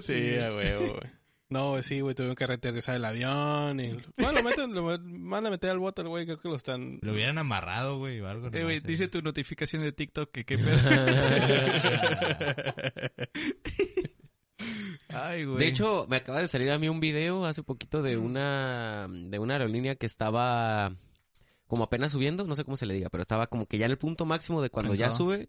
S3: Sí, a huevo, güey. No, güey, sí, güey, tuvieron que aterrizar el avión y... Bueno, lo meten, lo van a meter al bote, al güey, creo que lo están...
S2: Lo hubieran amarrado, güey, o algo.
S1: Eh,
S2: no
S1: güey,
S2: sé.
S1: dice tu notificación de TikTok que qué pedo. Ay, güey.
S4: De hecho, me acaba de salir a mí un video hace poquito de una de una aerolínea que estaba como apenas subiendo, no sé cómo se le diga, pero estaba como que ya en el punto máximo de cuando ya
S1: Cansado.
S4: sube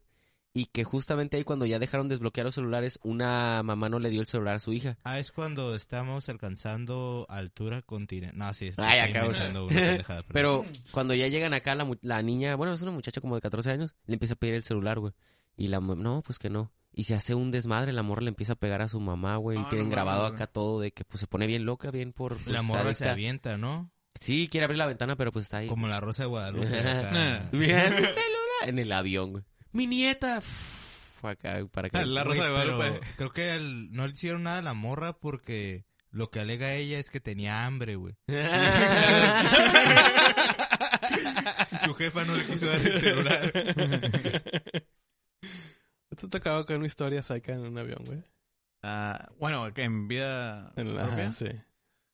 S4: y que justamente ahí cuando ya dejaron desbloquear los celulares, una mamá no le dio el celular a su hija.
S2: Ah, es cuando estamos alcanzando altura continental. No, sí, estoy
S4: Ay, acá, güey.
S2: inventando una pendejada, perdón.
S4: Pero cuando ya llegan acá, la, mu- la niña, bueno, es una muchacha como de 14 años, le empieza a pedir el celular, güey. Y la mu- no, pues que no. Y se hace un desmadre, la morra le empieza a pegar a su mamá, güey.
S1: Ah,
S4: y
S1: no
S4: tienen
S1: mames,
S4: grabado
S1: güey.
S4: acá todo de que pues se pone bien loca, bien por... pues,
S2: La morra se
S4: adicta.
S2: avienta, ¿no?
S4: Sí, quiere abrir la ventana, pero pues está ahí.
S2: Como la Rosa de Guadalupe. acá.
S4: Mira, mi celular en el avión, güey. Mi nieta. Fue acá, para que...
S1: La Rosa de
S2: Güey, pero
S1: Guadalupe.
S2: Creo que el- no le hicieron nada a la morra porque lo que alega ella es que tenía hambre, güey. Su jefa no le quiso dar el celular.
S3: Esto te acaba con una historia psycha en un avión, güey.
S1: Ah, bueno, que en vida.
S3: En la...
S1: propia.
S3: Ajá, sí.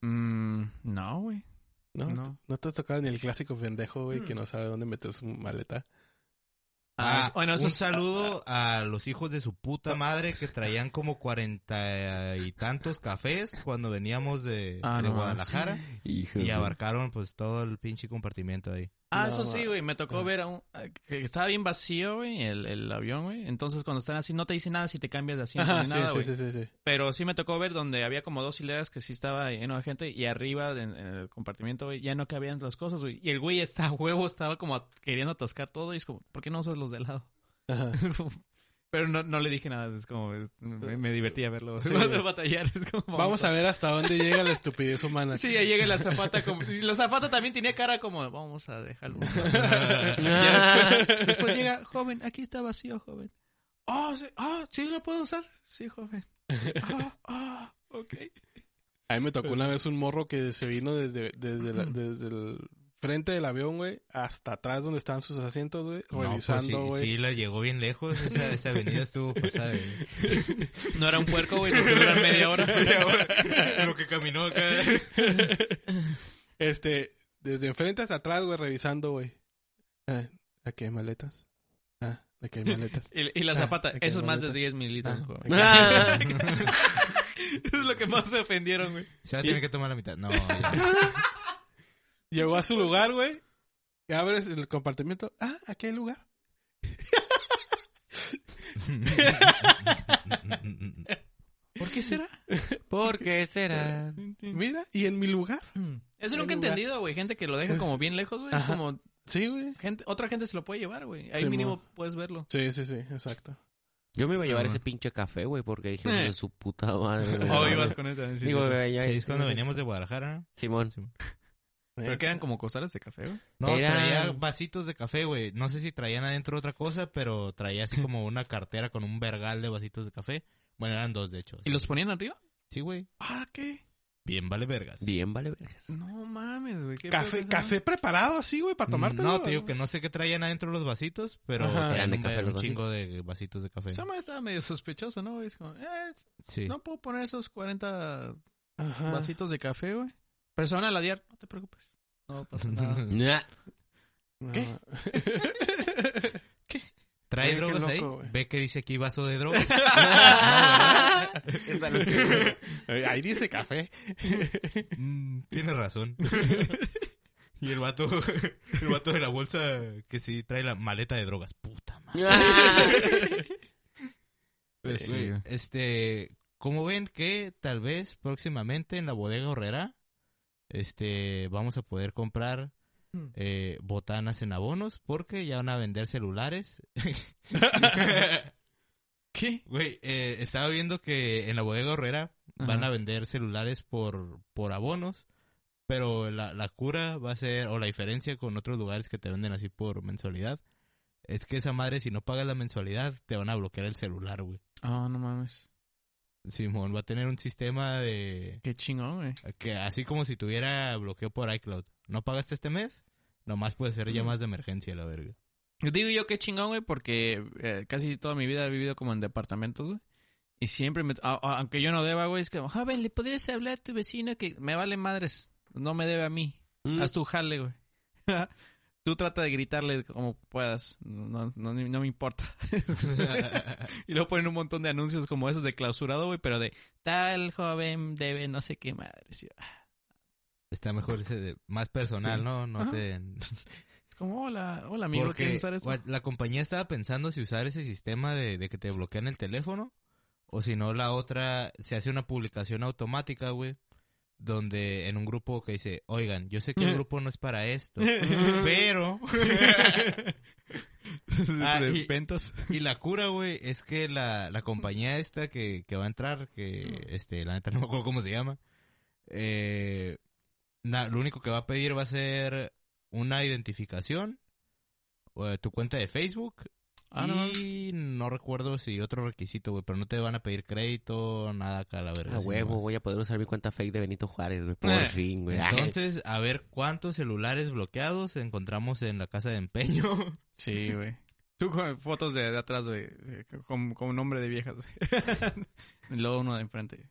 S1: Mm, no, güey.
S3: ¿No?
S1: No.
S3: no. te ha tocado ni el clásico pendejo, güey, que no sabe dónde meter su maleta?
S1: Ah,
S2: Ah,
S1: bueno, eso
S2: un
S1: es-
S2: saludo a los hijos de su puta madre que traían como cuarenta y tantos cafés cuando veníamos de,
S1: Ah,
S2: de
S1: no.
S2: Guadalajara
S4: Hijo.
S2: y abarcaron pues todo el pinche compartimento ahí.
S1: Ah,
S3: No,
S1: eso sí,
S3: ma- Ah.
S1: güey. Me tocó ver a un... a- que estaba bien vacío, güey, el, el avión, güey. Entonces, cuando están así, no te dice nada si te cambias de asiento
S3: Ajá,
S1: ni
S3: sí,
S1: nada,
S3: sí,
S1: güey.
S3: sí, sí, sí.
S1: Pero sí me tocó ver donde había como dos hileras que sí estaba lleno de gente y arriba en, en el compartimiento, güey, ya no cabían las cosas, güey. Y el güey está a huevo, estaba como at- queriendo atascar todo y es como, ¿por qué no usas los de lado?
S3: Ajá.
S1: Pero no, no le dije nada, es como, me, me divertía verlo.
S3: Eh, Sí, güey.
S1: batallar, es como,
S3: Vamos a ver hasta dónde llega la estupidez humana.
S1: Sí, ahí llega la zapata. Como, y la zapata también tenía cara como, vamos a dejarlo.
S4: Ah.
S1: Después llega, joven, aquí está vacío, joven. Oh, sí, ah, sí lo puedo usar. Sí, joven. Ah, ah, ok.
S3: A mí me tocó una vez un morro que se vino desde, desde, la- desde el frente del avión, güey, hasta atrás donde estaban sus asientos, güey,
S2: no,
S3: revisando,
S2: pues
S3: güey.
S2: sí, sí, la llegó bien lejos. Esa, esa avenida estuvo pasada. de-
S1: No era un puerco, güey. Nos duran media hora.
S2: Lo que caminó acá.
S3: Este, desde enfrente hasta atrás, güey, revisando, güey. Ah, aquí hay maletas. Ah, aquí hay maletas.
S1: Y, y la
S3: Ah,
S1: zapata.
S3: ok,
S1: eso es más de
S3: maleta.
S1: 10 mililitros,
S3: Ah,
S1: güey.
S3: ok.
S4: Ah.
S1: Eso es lo que más se ofendieron, güey.
S2: Se va a tener que tomar la mitad. No, ya.
S3: Llegó a su lugar, güey. y Abres el compartimiento. Ah, aquí hay lugar.
S1: ¿Por qué será?
S4: ¿Por qué será?
S3: Mira, y en mi lugar.
S1: Eso
S3: El
S1: nunca he
S3: lugar.
S1: entendido, güey. Gente que lo deja
S3: Pues-
S1: como bien lejos, güey. Es
S3: Ajá.
S1: como
S3: Sí, güey.
S1: gente, otra gente se lo puede llevar, güey. Ahí
S3: Sí,
S1: mínimo
S3: mo.
S1: puedes verlo.
S3: Sí, sí, sí, exacto.
S4: Yo me iba a llevar ese pinche café, güey, porque dije, "Hijo de su puta madre. güey".
S1: Oh, ibas con él también, sí,
S4: Digo,
S1: sí.
S4: güey, ya-
S2: Que es cuando veníamos de Guadalajara, ¿no?
S4: Simón.
S3: Eh,
S1: Pero que eran como costales de café, güey.
S2: No,
S4: Era-
S2: traía vasitos de café, güey. No sé si traían adentro otra cosa, pero traía así como una cartera con un vergal de vasitos de café. Bueno, eran dos, de hecho.
S1: ¿Y los ponían arriba?
S2: Sí, güey.
S1: Ah, ¿qué?
S2: Bien, vale vergas.
S4: Bien, vale, vergas.
S1: No mames, güey. ¿qué pedo
S3: Café,
S1: con esa
S3: café preparado así, güey,
S4: Mm,
S3: para tomarte.
S2: No, te digo que no sé qué traían adentro los vasitos, pero
S3: Ajá.
S2: traían
S4: Eran de
S2: un-
S4: café
S2: un,
S4: los vasitos.
S2: chingo de vasitos de café.
S1: madre? Esa madre estaba medio sospechosa, ¿no? güey? Es como, eh,
S2: Sí.
S1: no puedo poner esos
S3: Ah.
S1: 40 vasitos de café, güey. Pero se van a ladear. No te preocupes. No pasa nada.
S2: Mm.
S4: Nah.
S1: ¿Qué?
S2: Trae
S3: Oye, qué
S2: drogas ahí.
S3: loco, güey.
S2: Ve que dice aquí vaso de drogas.
S4: Esa lo que-
S3: Ahí dice café.
S2: Mm, Tienes razón. y el vato, el vato de la bolsa que sí trae la maleta de drogas. Puta madre.
S1: Pues sí,
S2: Güey,
S1: güey.
S2: Este, como ven que tal vez próximamente en la bodega horrera, este, vamos a poder comprar
S1: Mm.
S2: eh, botanas en abonos porque ya van a vender celulares.
S1: ¿Qué?
S2: Güey, eh, estaba viendo que en la bodega horrera van
S1: Ajá.
S2: a vender celulares por, por abonos, pero la, la cura va a ser, o la diferencia con otros lugares que te venden así por mensualidad, es que esa madre si no pagas la mensualidad te van a bloquear el celular, güey.
S1: Ah, no mames.
S2: Simón va a tener un sistema de
S1: Qué chingón, güey.
S2: que así como si tuviera bloqueo por iCloud. No pagaste este mes, nomás puedes hacer
S1: Mm.
S2: llamadas de emergencia, la verga.
S1: Yo Digo yo qué chingón, güey, porque eh, casi toda mi vida he vivido como en departamentos, güey. Y siempre, me, a- a- aunque yo no deba, güey, es que, joven, ¿le podrías hablar a tu vecino que me vale madres? No me debe a mí.
S4: Mm.
S1: Haz tu jale, güey. Tú trata de gritarle como puedas. No, no, no me importa. y luego ponen un montón de anuncios como esos de clausurado, güey, pero de tal joven debe no sé qué madres. Y yo, ah,
S2: Está mejor ese de- más personal,
S1: Sí.
S2: ¿no? No
S1: Ajá.
S2: te
S1: Es como, hola, hola, amigo,
S2: Porque,
S1: ¿quieres usar eso?
S2: what, la compañía estaba pensando si usar ese sistema de, de que te bloquean el teléfono o si no la otra se hace una publicación automática, güey, donde en un grupo que dice, "Oigan, yo sé que el grupo no es para esto, pero Ah,
S1: de
S2: y-
S1: ventas.
S2: y la cura, güey, es que la, la compañía esta que, que va a entrar, que este, la neta no me acuerdo cómo se llama, eh, na- lo único que va a pedir va a ser una identificación, eh, tu cuenta de Facebook
S1: Ah, no mames.
S2: y no recuerdo si otro requisito, güey, pero no te van a pedir crédito, nada acá, la verga.
S4: A
S2: así
S4: huevo,
S2: nomás.
S4: voy a poder usar mi cuenta fake de Benito Juárez, güey. Por
S1: Eh.
S4: fin, güey.
S2: Entonces, a ver cuántos celulares bloqueados encontramos en la casa de empeño.
S1: Sí, güey. Tú con fotos de, de atrás, güey. eh, Con, con nombre de viejas, güey. Y Luego uno de enfrente.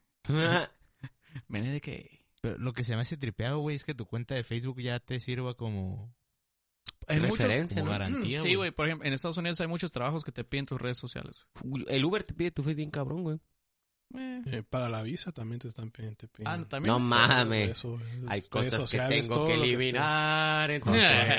S1: Vene de que.
S2: Pero lo que se me hace tripeado, güey, es que tu cuenta de Facebook ya te sirva como
S1: En muchos.
S4: Referencia,
S2: como
S4: ¿no?
S2: garantía.
S1: Sí, güey. Por ejemplo, en Estados Unidos hay muchos trabajos que te piden tus redes sociales.
S4: El Uber te pide tu face bien cabrón, güey.
S1: Eh,
S3: Eh, para la visa también te están pidiendo. te piden.
S1: Ah, no, también.
S4: No mames.
S3: Eso, güey.
S4: Hay
S3: Redes
S4: cosas
S3: sociales,
S4: que tengo
S3: todo
S4: que
S3: lo esté.
S4: eliminar.
S1: Cuan,
S4: entonces,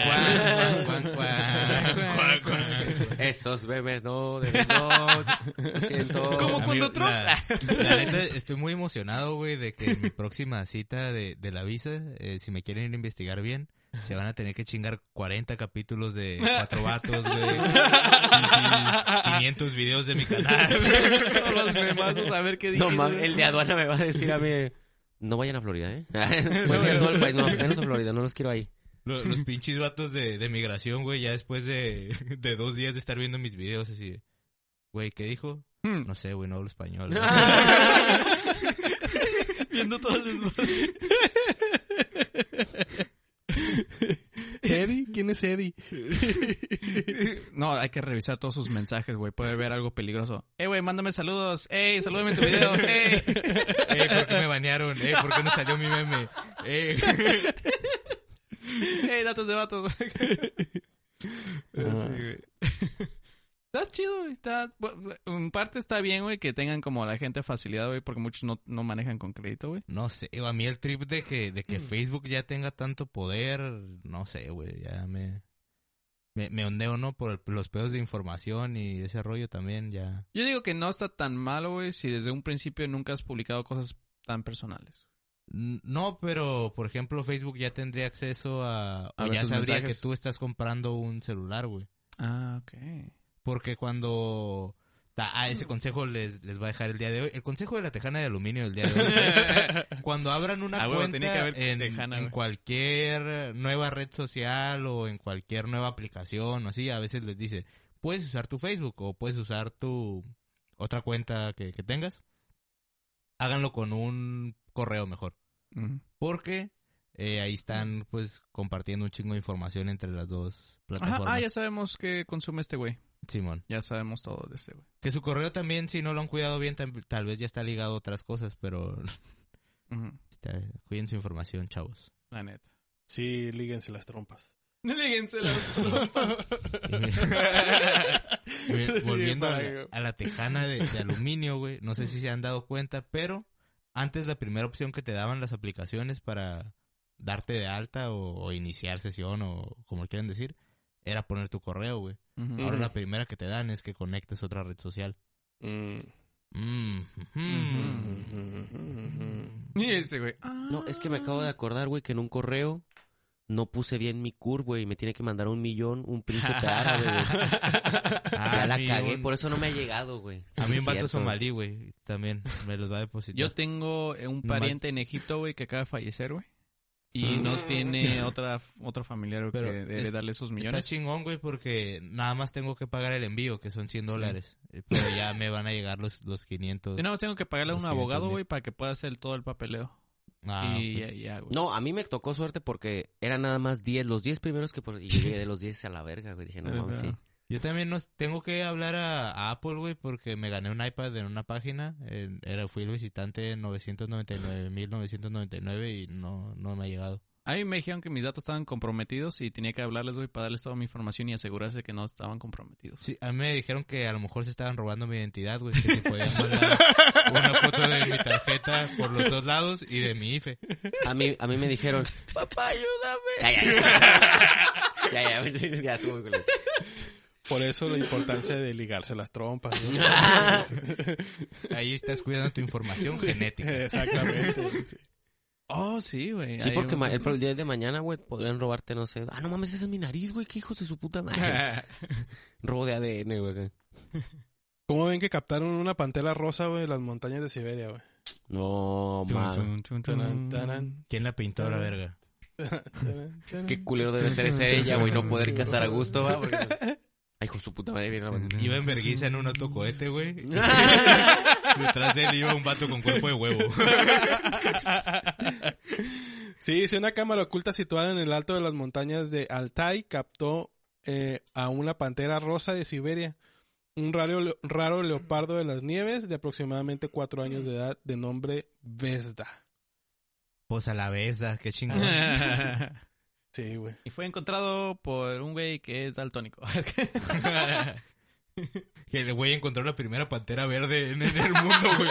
S1: cuan, cuan,
S2: Cuan, cuan.
S4: Esos memes no, de no. Siento.
S1: ¿Cómo cuando
S2: Amigo,
S1: Trump?
S2: La, la neta, estoy muy emocionado, güey, de que mi próxima cita de, de la visa, eh, si me quieren ir a investigar bien, se van a tener que chingar 40 capítulos de cuatro vatos, güey. y 500 videos de mi canal.
S1: Todos los memazos, a ver qué
S4: No
S1: dices.
S4: mames,
S1: güey.
S4: el de aduana me va a decir a mí. No vayan a Florida, ¿eh? Pueden ir a todo el país, no, menos a Florida, no los quiero ahí.
S2: Lo- Los, pinches vatos de, de migración, güey, ya después de, de dos días de estar viendo mis videos, así de, Güey, ¿qué dijo?
S3: Hmm.
S2: No sé, güey, no hablo español. güey.
S1: Viendo todas las
S3: ¿Eddie? ¿Quién es Eddie?
S1: Ah. No, hay que revisar todos sus mensajes, güey. Puede haber algo peligroso. Eh, güey, mándame saludos. Ey, salúdame en tu video. Ey.
S2: Eh, ¿por qué me banearon? Eh, ¿por qué no salió mi meme? Eh,
S1: Ey, datos de vatos.
S3: Ah.
S1: Sí, güey. Está chido, güey. Está, bu- bu- en parte está bien, güey, que tengan como la gente facilidad, güey, porque muchos no, no manejan con crédito, güey.
S2: No sé, a mí el trip de que, de
S1: Mm.
S2: que Facebook ya tenga tanto poder, no sé, güey, ya me... Me, me ondeo, ¿no? Por el- los pedos de información y ese rollo también, ya.
S1: Yo digo que no está tan malo, güey, si desde un principio nunca has publicado cosas tan personales.
S2: N- No, pero, por ejemplo, Facebook ya tendría acceso a...
S1: A
S2: o
S1: ver
S2: ya
S1: tus
S2: sabría
S1: mensajes.
S2: que tú estás comprando un celular, güey.
S1: Ah, ok.
S2: Porque cuando... ta- Ah,
S1: Mm.
S2: ese consejo les, les va a dejar el día de hoy. El consejo de la tejana de aluminio del día de hoy. cuando abran una
S1: Ah, huevo,
S2: cuenta
S1: tenía que haber
S2: en,
S1: tejana,
S2: en
S1: güey.
S2: cualquier nueva red social o en cualquier nueva aplicación o así, a veces les dice, puedes usar tu Facebook o puedes usar tu otra cuenta que, que tengas. Háganlo con un correo mejor.
S1: Ujú.
S2: Porque eh, ahí están pues compartiendo un chingo de información entre las dos
S1: Ajá,
S2: plataformas.
S1: ah, ya sabemos que consume este güey.
S2: Simón.
S1: Ya sabemos todo de este güey.
S2: Que su correo también, si no lo han cuidado bien, tam- tal vez ya está ligado a otras cosas, pero
S1: Ujú,
S2: está- cuiden su información, chavos.
S1: La neta.
S3: Sí, líguense las trompas.
S1: Líguense las trompas.
S2: Ve- Volviendo a, la,
S3: pago.
S2: a la tejana de, de aluminio, güey. No sé si se han dado cuenta, pero antes la primera opción que te daban las aplicaciones para darte de alta o, o iniciar sesión o como quieran decir, era poner tu correo, güey.
S1: Ujú.
S2: Ahora
S3: Ujú.
S2: la primera que te dan es que conectes otra red social.
S3: Mm.
S2: Mm,
S1: Ujú. Y ese güey. ah.
S4: No, es que me acabo de acordar, güey, que en un correo no puse bien mi cur, güey, y me tiene que mandar un millón un príncipe árabe, güey.
S2: Ah,
S4: Ya la
S2: sí,
S4: cagué,
S2: un-
S4: por eso no me ha llegado, güey. Sí,
S2: A mí
S4: es
S2: un vato
S4: cierto.
S2: somalí, güey, también me los va a depositar.
S1: Yo tengo eh, un
S2: No
S1: pariente en Egipto, güey, que acaba de fallecer, güey.
S4: Ah.
S1: Y no tiene otra otro familiar güey,
S2: Pero
S1: que debe
S2: es-
S1: darle esos
S2: Está
S1: millones.
S2: chingón, güey, porque nada más tengo que pagar el envío, que son 100
S1: Sí.
S2: dólares. Eh, Pero ya me van a llegar los, los 500.
S1: Yo nada más tengo que pagarle a un
S2: Los 500
S1: abogado,
S2: mil.
S1: güey, para que pueda hacer todo el papeleo.
S2: Ah,
S1: y
S2: ok.
S1: ya, ya, güey.
S4: No, a mí me tocó suerte porque eran nada más 10, los 10 primeros que... por- Y llegué de los 10 a la verga, güey. Dije, no
S1: De
S4: mames, sí.
S1: verdad.
S2: Yo también nos, tengo que hablar a, a Apple, güey, porque me gané un iPad en una página. en- era, fui el visitante 999.999 y no, no me ha llegado.
S1: A mí me dijeron que mis datos estaban comprometidos y tenía que hablarles, güey, para darles toda mi información y asegurarse que no estaban comprometidos.
S2: Sí, a mí me dijeron que a lo mejor se estaban robando mi identidad, güey. Que se podían mandar una foto de mi tarjeta por los dos lados y de mi E. IFE.
S4: A mí, a mí me dijeron, papá, ayúdame. Ya, ya, ya. ya, ya, ya, ya estuvo muy culero.
S3: Por eso la importancia de ligarse las trompas. ¿no?
S2: Ahí estás cuidando tu información genética.
S3: Exactamente. sí.
S1: Oh, sí, güey.
S4: Sí,
S1: Ahí,
S4: porque ma-
S1: güey.
S4: el, pro- el día de mañana, güey, podrían robarte, no sé. Ah, no mames, esa es mi nariz, güey, qué hijos de su puta madre. Robo de ADN, güey. acá.
S3: ¿Cómo ven que captaron una pantera rosa, güey, en las montañas de Siberia, güey?
S4: No,
S1: Tun,
S4: mames.
S1: tun, tun,
S3: Taran,
S1: tun.
S3: taran,
S2: ¿Quién la pintó a la verga?
S3: taran, taran.
S4: Qué culero debe ser esa ella, güey, no poder casar a gusto, va. Porque... Ay, hijo de su puta madre, viene la banda.
S2: Iba en vergüenza en un autocohete, güey. Detrás de él iba un vato con cuerpo de huevo.
S3: Sí, sí, una cámara oculta situada en el alto de las montañas de Altai captó eh, a una pantera rosa de Siberia, un raro, le- raro leopardo de las nieves de aproximadamente cuatro años de edad de nombre Vesda.
S2: Pues a la besa, qué chingón.
S3: Sí, güey.
S1: y fue encontrado por un güey que es daltónico.
S2: Que el güey encontró la primera pantera verde en, en el mundo, güey.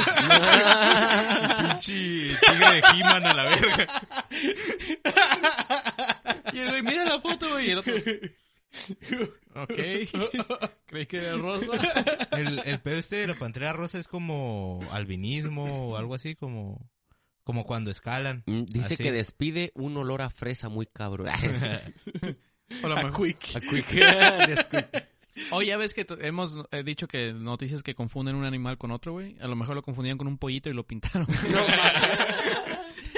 S2: Pinche tigre de He-Man a la verga.
S1: Y el güey, mira la foto, güey. Y el otro. Ok. Creí que era rosa.
S2: El, el pedo este de la pantera rosa es como albinismo o algo así, como, como cuando escalan.
S4: Mm, Dice
S2: Así.
S4: que despide un olor a fresa muy cabrón.
S1: O la
S3: A
S1: mejor-
S3: quick.
S4: A quick-
S1: Oh, ya ves que t- hemos eh, dicho que noticias que confunden un animal con otro, güey. A lo mejor lo confundían con un pollito y lo pintaron.
S4: No, mames.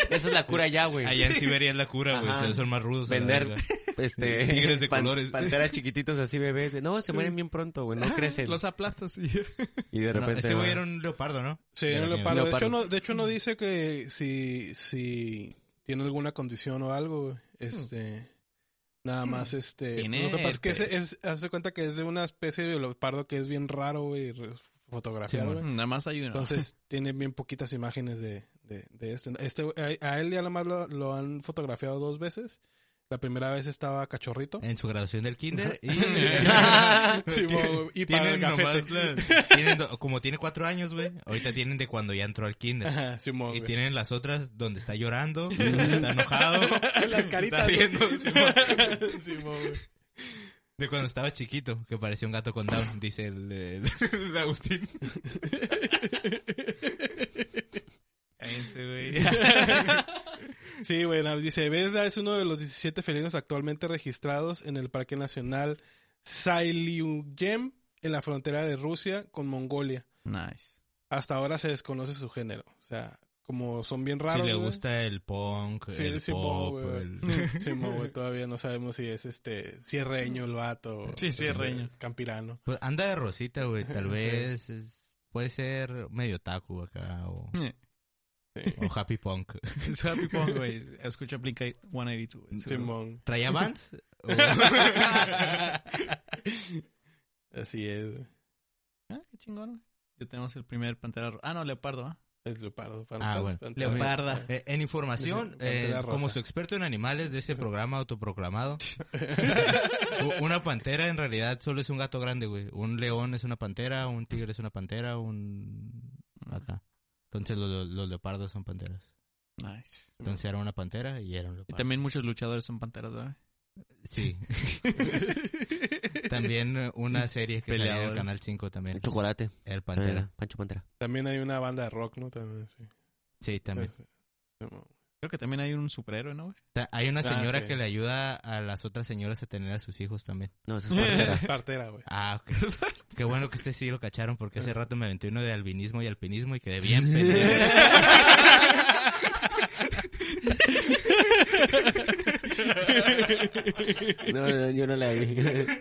S4: Esa es la cura ya, güey.
S2: Allá en Siberia es la cura, güey.
S4: Ajá.
S2: Ustedes son más rudos. a la
S4: Vender.
S2: verga.
S4: este,
S2: Tigres de colores. Ah,
S4: Panteras chiquititos así bebés. de, No, se mueren bien pronto, güey. No crecen.
S1: Los aplastas y...
S4: Y de
S2: No,
S4: repente...
S2: este güey
S4: va-
S2: era un leopardo, ¿no?
S3: Sí,
S2: Era
S3: un
S2: niño.
S3: leopardo. De
S4: Leopardo.
S3: hecho, no, de hecho, no dice que si, si tiene alguna condición o algo, güey. este... Nada más, este...
S1: Tiene
S3: Lo que pasa es que
S1: herpes.
S3: ese es, haz de cuenta que es de una especie de leopardo que es bien raro, güey, re- fotografiado, güey.
S1: Nada más hay uno.
S3: Entonces, tiene bien poquitas imágenes de, de, de este. este güey, a, a él ya nomás lo, lo han fotografiado dos veces. La primera vez estaba cachorrito.
S2: En su graduación del kinder. Y,
S3: Sí, mo- y para
S2: tienen
S3: el cafete.
S2: nomás la- tienen do- como tiene cuatro años, güey. Ahorita tienen de cuando ya entró al kinder.
S3: Ajá, Simón,
S2: Y
S3: güey.
S2: tienen las otras donde está llorando, donde está enojado.
S3: Las
S2: Está
S3: caritas.
S2: riendo,
S3: güey.
S2: Simón.
S3: Simón, güey.
S2: De cuando estaba chiquito, que parecía un gato con Down, dice el, el- el Agustín.
S1: Cállense, güey.
S3: Sí, güey, nada, dice, Bethesda es uno de los 17 felinos actualmente registrados en el Parque Nacional Sailiugem, en la frontera de Rusia con Mongolia.
S1: nice.
S3: Hasta ahora se desconoce su género. O sea, como son bien raros.
S2: si le
S3: güey.
S2: gusta el punk,
S3: Sí,
S2: el
S3: sí, mo,
S2: pop,
S3: güey.
S2: el...
S3: Sí, mo, güey, todavía no sabemos si es este cierreño el vato. o-
S1: Sí, sierreño.
S3: es Campirano.
S2: Pues anda de rosita, güey. Tal
S3: Sí.
S2: vez es- puede ser medio taco acá o,
S3: Sí.
S2: o happy punk.
S1: Es Happy Pong, güey. Escucha Blink 182. güey.
S3: Simón.
S2: ¿Traía Vans? O-
S3: Así es, güey.
S1: Ah, qué chingón, güey. Ya tenemos el primer pantera. ro- Ah, no, leopardo, ¿ah?
S3: Es leopardo. pan-
S2: Ah,
S3: pan-
S2: bueno.
S3: pantera.
S1: Leoparda.
S2: Eh, en información,
S3: Sí, pantera
S2: eh,
S3: rosa.
S2: como su experto en animales de ese programa autoproclamado, u- una pantera en realidad solo es un gato grande, güey. Un león es una pantera, un tigre es una pantera, un... acá. Entonces los, los- los leopardos son panteras.
S1: Nice.
S2: Entonces era una pantera y era un
S1: Mm. Y
S2: leopardo.
S1: también muchos luchadores son panteras, ¿verdad?
S2: Sí. también eh, una serie que salía en el
S1: Peleadores. Eh.
S2: Canal 5 también.
S4: Chocolate.
S2: El Pantera.
S4: Ah, Pancho Pantera.
S3: También hay una banda de rock, ¿no? También, sí. Pues,
S2: Sí, también.
S3: Eh. Sí, mo.
S1: Creo que también hay un superhéroe, ¿no, güey?
S2: Ta- Hay una
S3: Ah,
S2: señora
S3: sí.
S2: que le ayuda a las otras señoras a tener a sus hijos también.
S4: No, esa es Pantera.
S3: Partera, güey.
S2: Ah, ok. Qué bueno que este sí lo cacharon porque
S3: Eh.
S2: hace rato me aventé uno de albinismo y alpinismo y quedé bien pendejo.
S4: No, no, yo no la vi.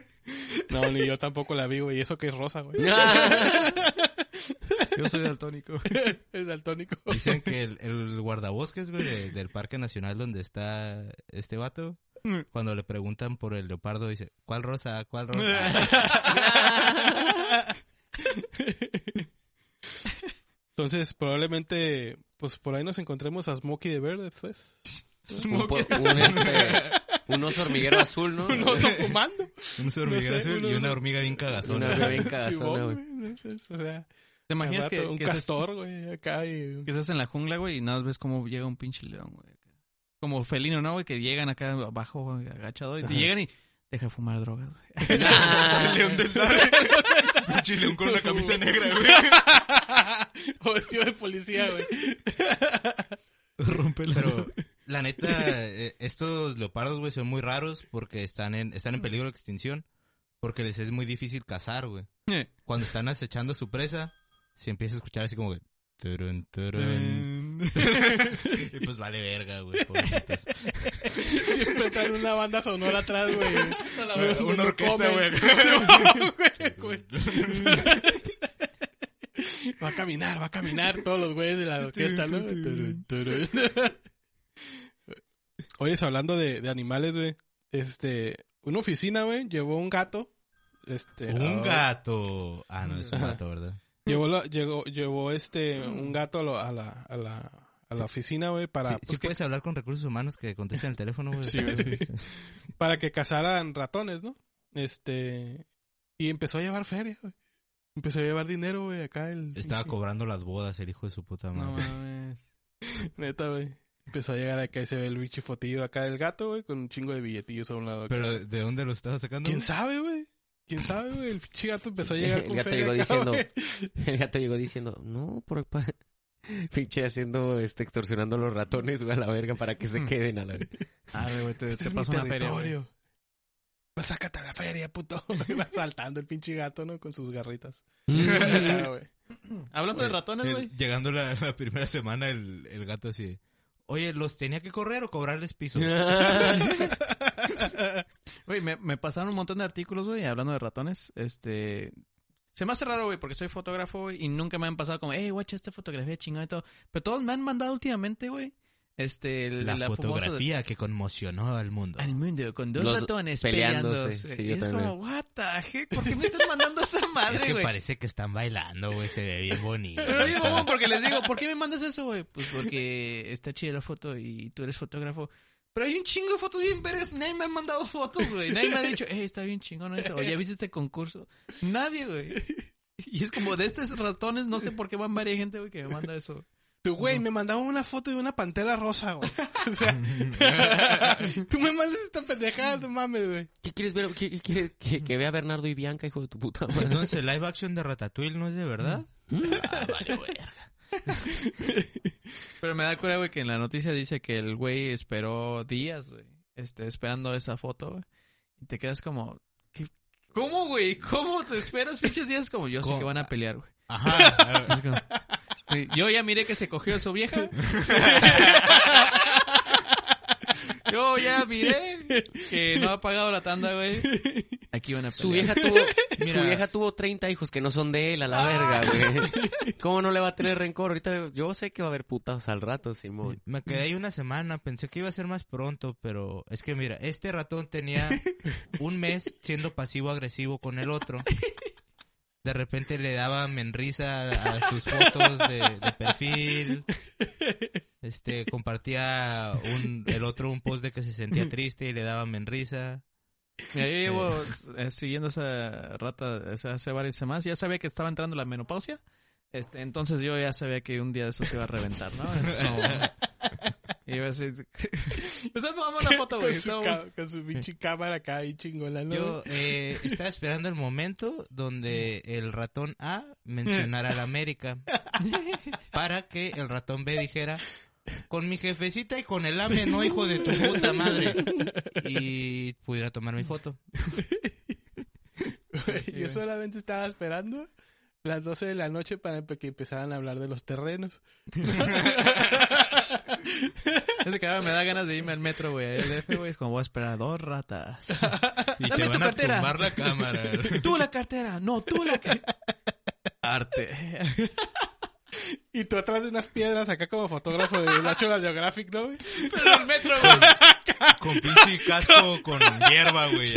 S3: No, ni yo tampoco la vi, güey. Y eso que es rosa, güey.
S1: Yo soy daltónico.
S3: es daltónico.
S2: Dicen que el, el guardabosques, güey, de- del Parque Nacional donde está este vato, cuando le preguntan por el leopardo, dice, ¿cuál rosa? ¿Cuál rosa?
S3: Entonces, probablemente, pues por ahí nos encontremos a Smokey de verde, pues.
S4: un, po- un, este, un oso hormiguero azul, ¿no?
S3: Un oso fumando.
S2: Un hormiguero
S3: No sé,
S2: azul
S3: uno-
S2: y una hormiga bien cagazona.
S4: Una hormiga bien
S3: Simón,
S4: cagazona, güey.
S3: güey, no sé, O sea,
S1: ¿Te imaginas
S3: al
S1: que,
S3: rato un
S1: que estás,
S3: castor, güey, acá y...
S1: que estás en la jungla, güey, y nada más ves cómo llega un pinche león, güey? Como felino, ¿no, güey? Que llegan acá abajo, güey, agachado, y te llegan y... Deja fumar drogas, güey.
S4: Ah,
S2: león del Pinche león con la camisa negra, güey.
S3: o vestido de policía, güey.
S1: Rompe
S2: Pero la neta, eh, estos leopardos, güey, son muy raros porque están en, están en peligro de extinción. Porque les es muy difícil cazar, güey. Cuando están acechando su presa, se empieza a escuchar así como que... turun,
S3: Mm.
S2: turun. Y pues vale verga, güey. pobrecitos.
S3: Siempre traen una banda sonora atrás, güey.
S2: Una orquesta, güey.
S3: güey. Va a caminar, va a caminar todos los güeyes de la orquesta, ¿no? Turun, turun. Oyes, hablando de, de animales, güey. Este, una oficina, güey, llevó un gato. Este,
S2: Un
S3: a-
S2: gato. Ah, no, es un
S3: Ajá.
S2: gato, ¿verdad?
S3: Llevó, la- llegó, llevó este, un gato a, lo- a la, a la, a la oficina, güey, para,
S2: Sí,
S3: pues,
S2: sí
S3: que-
S2: puedes hablar con recursos humanos que contesten el teléfono, güey.
S3: Sí, güey, sí. para que cazaran ratones, ¿no? Este, y empezó a llevar feria, güey. Empezó a llevar dinero, güey, acá el...
S2: Estaba cobrando las bodas el hijo de su puta
S1: No
S2: madre.
S1: mames.
S3: Neta, güey. Empezó a llegar acá y se ve el bicho fotillo acá del gato, güey, con un chingo de billetillos a un lado. acá.
S2: Pero ¿de dónde lo estaba sacando?
S3: ¿Quién sabe, güey? ¿Quién sabe, güey? El pinche gato empezó a llegar
S4: El
S3: con
S4: gato
S3: feria
S4: llegó
S3: acá,
S4: diciendo,
S3: güey.
S4: El gato llegó diciendo, no, por pa- Pinche haciendo, este, extorsionando a los ratones, güey, a la verga, para que se
S1: Mm.
S4: queden a la verga.
S1: Ah, güey, te,
S3: Este
S1: te
S3: es mi
S1: paso una feria, güey.
S3: territorio. Pues sácate a la feria, puto. Y va saltando el pinche gato, ¿no? Con sus garritas. Ah, güey.
S1: Hablando de ratones,
S2: El-
S1: güey.
S2: llegando la, la primera semana, el, el gato así. Oye, ¿los tenía que correr o cobrarles piso?
S1: Güey, me, me pasaron un montón de artículos, güey, hablando de ratones. Este. Se me hace raro, güey, porque soy fotógrafo güey, y nunca me han pasado como, hey, guacha, esta fotografía chingada y todo. Pero todos me han mandado últimamente, güey. Este, el-
S2: La,
S1: famosa de-
S2: fotografía que conmocionó al mundo.
S1: al mundo con dos
S4: Los
S1: ratones
S4: peleándose,
S1: peleándose.
S4: sí,
S1: Y
S4: yo
S1: es
S4: también.
S1: como, what the heck, ¿por qué me estás mandando esa madre,
S2: es que
S1: güey?
S2: parece que están bailando, güey. Se ve bien bonito.
S1: Pero digo, "Oh", porque les digo, ¿por qué me mandas eso, güey? Pues porque está chida la foto y tú eres fotógrafo. Pero hay un chingo de fotos bien vergas. Nadie me ha mandado fotos, güey. Nadie me ha dicho, eh, está bien chingón eso. O ya viste este concurso. Nadie, güey. Y es como de estos ratones, no sé por qué van varias gente, güey, que me manda eso.
S3: Tu güey, me mandaba una foto de una pantera rosa, güey. O sea, tú me mandas esta pendejada, no mames, güey.
S4: ¿Qué quieres ver? ¿Qué, qué quieres? Que, que vea Bernardo y Bianca, hijo de tu puta madre.
S2: Pues, Entonces, live action de Ratatouille no es de verdad. Ah, vale, güey.
S1: Pero me da cura, güey, que en la noticia dice que el güey esperó días, güey, este, esperando esa foto, güey. Y te quedas como, ¿qué- ¿cómo, güey? ¿Cómo te esperas pinches días? Como yo sé
S2: ¿Cómo?
S1: que van a pelear, güey.
S2: Ajá.
S1: Es como- Sí, Yo ya miré que se cogió a su vieja. Yo ya miré que no ha pagado la tanda, güey. Aquí van a
S4: Su
S1: pelear.
S4: vieja tuvo, su vieja tuvo 30 hijos que no son de él, a la verga, güey. ¿Cómo no le va a tener rencor? Ahorita yo sé que va a haber putas al rato, Simón.
S2: Me quedé ahí una semana, pensé que iba a ser más pronto, pero es que mira, este ratón tenía un mes siendo pasivo-agresivo con el otro. De repente le daba menrisa a a sus fotos de, de perfil. Este, compartía un- el otro un post de que se sentía triste y le daba menrisa.
S1: Mira, yo llevo eh, siguiendo esa rata o sea, hace varias semanas. Ya sabía que estaba entrando la menopausia. Este, entonces yo ya sabía que un día de eso se iba a reventar, ¿no? Es como- Y iba a decir... Estás tomando una foto, güey.
S3: Con su,
S1: No,
S3: ca- con su pinche cámara acá y chingona, ¿no?
S2: Yo eh, estaba esperando el momento donde el ratón A mencionara a la América para que el ratón B dijera con mi jefecita y con el AME, no hijo de tu puta madre. Y pudiera tomar mi foto.
S3: Güey, Yo solamente estaba esperando las 12 de la noche para que empezaran a hablar de los terrenos.
S1: Es que ahora me da ganas de irme al metro, güey. El F, güey, es como voy a esperar a dos ratas.
S2: Y
S1: Dame tu cartera.
S2: la cámara.
S1: Tú la cartera, no, tú la cartera. Arte.
S3: Y tú atrás de unas piedras acá como fotógrafo de National Geographic, ¿no, güey?
S1: Pero el metro, güey.
S2: Con pinche casco, con hierba, güey.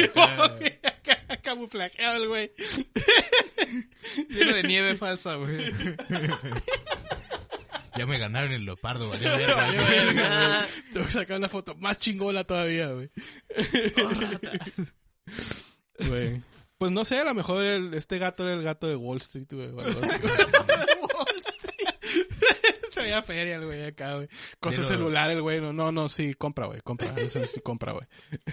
S3: Acá Camuflajeado el güey.
S1: Lleno de nieve falsa, güey.
S2: Ya me ganaron el leopardo,
S3: Valió verga, güey. Tengo que sacar una foto más chingona todavía, güey. Güey. Pues no sé, a lo mejor el- este gato era el gato de Wall Street, güey. o algo así. Traía feria el güey acá, güey. Cosa
S2: Pero-
S3: celular el güey. No, no, no, sí, compra, güey, compra. Eso sí, compra, güey.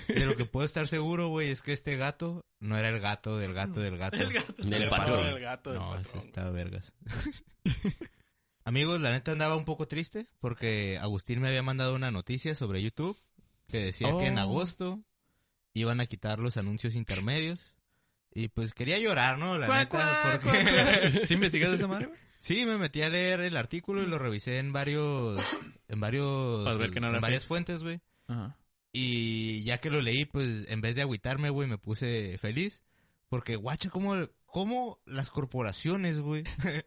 S2: De lo que puedo estar seguro, güey, es que este gato no era el gato del gato del gato.
S4: Del
S3: El
S4: patrón.
S3: del gato, del
S2: No, ese
S3: patrón.
S2: está vergas. Amigos, la neta andaba un poco triste porque Agustín me había mandado una noticia sobre YouTube que decía que en
S1: Oh.
S2: agosto iban a quitar los anuncios intermedios. Y pues quería llorar, ¿no? La neta, porque-
S1: ¿Sí investigas esa madre, güey?
S2: Sí, me metí a leer el artículo y lo revisé en varios... En varios...
S1: Para ver que no era
S2: en varias fuentes, güey.
S1: Ajá.
S2: Y ya que lo leí, pues en vez de agüitarme, güey, me puse feliz. Porque, guacha, cómo, cómo las corporaciones, güey,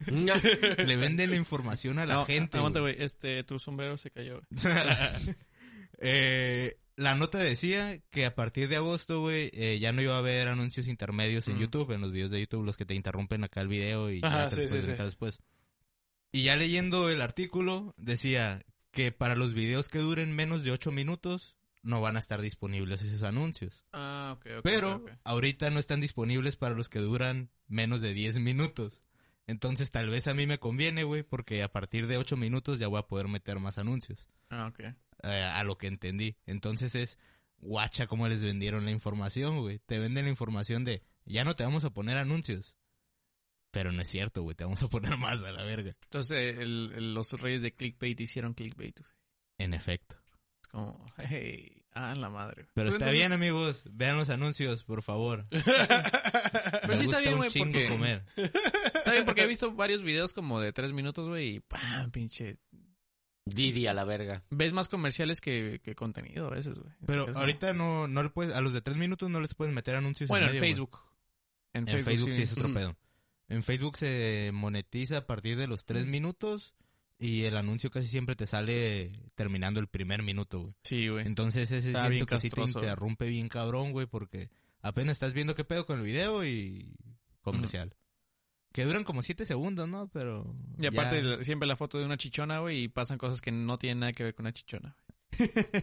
S2: le venden la información a la
S1: No,
S2: gente.
S1: Aguanta,
S2: güey.
S1: güey. Este, tu sombrero se cayó, güey.
S2: Eh, la nota decía que a partir de agosto, güey, eh, ya no iba a haber anuncios intermedios en
S1: Mm.
S2: YouTube, en los videos de YouTube, los que te interrumpen acá el video y ya
S3: Ajá,
S2: te
S3: sí,
S2: los puedes
S3: sí,
S2: brincar
S3: sí.
S2: después. Y ya leyendo el artículo, decía que para los videos que duren menos de 8 minutos, no van a estar disponibles esos anuncios.
S1: Ah, ok, ok.
S2: Pero
S1: ok, ok.
S2: ahorita no están disponibles para los que duran menos de 10 minutos. Entonces tal vez a mí me conviene, güey, porque a partir de 8 minutos ya voy a poder meter más anuncios.
S1: Ah, ok.
S2: eh, a lo que entendí. Entonces es guacha cómo les vendieron la información, güey. Te venden la información de ya no te vamos a poner anuncios. Pero no es cierto, güey. Te vamos a poner más a la verga.
S1: Entonces, el- el- los reyes de clickbait hicieron clickbait, güey.
S2: En efecto.
S1: Es como, hey, ah, la madre.
S2: Pero
S1: Pues
S2: está
S1: entonces-
S2: bien, amigos. Vean los anuncios, por favor. Pero
S1: Pero sí está bien, güey, porque-
S2: comer.
S1: Está bien porque he visto varios videos como de tres minutos, güey, y pam, pinche
S4: Didi a la verga.
S1: Ves más comerciales que, que contenido a veces, güey.
S2: Pero
S1: Es-
S2: ahorita no, no le puedes, a los de tres minutos no les puedes meter anuncios
S1: Bueno,
S2: en
S1: en
S2: medio, güey.
S1: Facebook. En,
S2: En Facebook sí es otro
S3: Ujú.
S2: pedo. En Facebook se monetiza a partir de los
S1: Mm.
S2: tres minutos y el anuncio casi siempre te sale terminando el primer minuto, güey.
S1: Sí, güey.
S2: Entonces ese
S1: Está bien
S2: siento que sí te
S1: castroso.
S2: interrumpe bien cabrón, güey, porque apenas estás viendo qué pedo con el video y comercial. Que duran como siete segundos, ¿no? Pero...
S1: Y aparte,
S2: ya-
S1: la- siempre la foto de una chichona, güey, y pasan cosas que no tienen nada que ver con una chichona.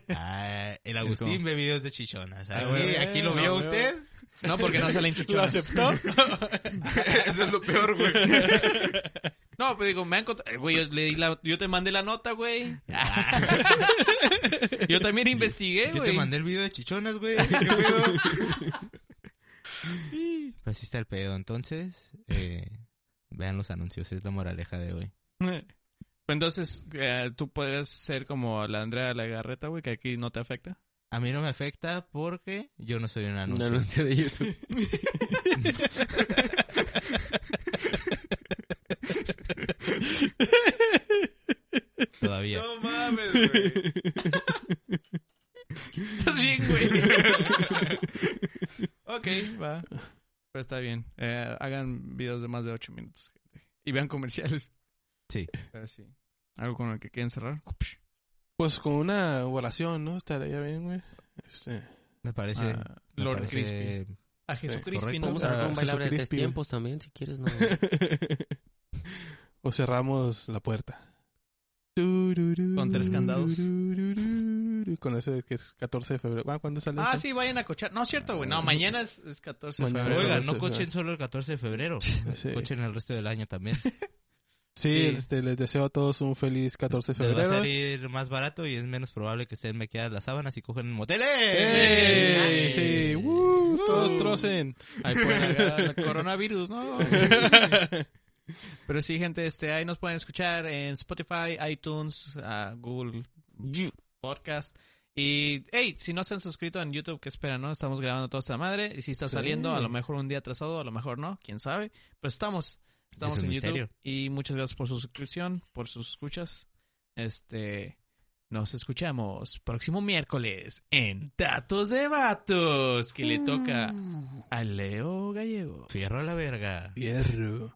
S2: Ah, el
S1: Es
S2: Agustín
S1: como-
S2: ve videos de chichonas.
S3: Ah,
S2: Aquí,
S3: güey,
S2: aquí lo
S3: no,
S2: vio
S3: güey.
S2: usted.
S1: No, porque no salen
S3: ¿Lo
S1: chichonas.
S3: aceptó?
S2: Eso es lo peor, güey.
S1: No, pero digo, me han contado... eh, Güey, yo, le di la- yo te mandé la nota, güey. Yo también investigué,
S2: Yo
S1: güey.
S2: te mandé el video de chichonas, güey. ¿Qué pedo? Pues así está el pedo. Entonces, eh, vean los anuncios. Es la moraleja de hoy.
S1: Entonces, eh, tú puedes ser como la Andrea Lagarreta, güey, que aquí no te afecta.
S2: A mí no me afecta porque yo no soy un
S4: Un
S2: anuncio.
S4: anuncio de YouTube.
S2: Todavía.
S1: mames, güey. Estás bien, güey. ok, va. Pero está bien. Eh, hagan videos de más de 8 minutos, gente. Y vean comerciales.
S2: Sí.
S1: Pero sí. Algo con el que quieren cerrar.
S3: Pues con una oración, ¿no? Estaría bien, güey. Este,
S2: Me parece.
S1: Ah,
S2: me
S1: Lord
S2: parece-
S1: Crispy. A Jesucristo.
S2: correcto.
S1: ¿no?
S4: Podemos hablar con un
S3: Ah,
S4: bailable de tres
S3: Jesucristo.
S4: tiempos también, si quieres, ¿no?
S3: o cerramos la puerta. Con
S1: tres candados.
S3: Con ese que es 14 de febrero. Ah, ¿Cuándo sale?
S1: Ah,
S3: esto?
S1: sí, vayan a cochar. No, es cierto, güey. No, mañana es, es 14 de
S3: Mañana.
S1: febrero.
S2: Oigan,
S3: Sí,
S2: no
S3: sí.
S2: cochen solo el 14 de febrero.
S3: Sí.
S2: Cochen el resto del año también.
S3: Sí,
S1: Sí.
S3: Este, les deseo a todos un feliz 14 de
S2: Les va a
S3: febrero.
S2: salir más barato y es menos probable que ustedes me quedan las sábanas y cogen en moteles.
S3: ¡Ey! ¡Eh! Sí, ¡Woo! todos trocen.
S1: Ahí pueden agarrar el coronavirus, ¿no? Pero sí, gente, este, ahí nos pueden escuchar en Spotify, iTunes, ah, Google Podcast. Y, hey, si no se han suscrito en YouTube, ¿qué esperan, no? Estamos grabando toda esta madre. Y si está
S3: Sí.
S1: saliendo, a lo mejor un día atrasado, a lo mejor no, quién sabe. Pero estamos, estamos
S2: Es un
S1: en YouTube.
S2: misterio.
S1: Y muchas gracias por su suscripción, por sus escuchas. Este, nos escuchamos próximo miércoles en Datos de Vatos, que le toca a Leo Gallego.
S2: Fierro a la verga.
S3: Hierro.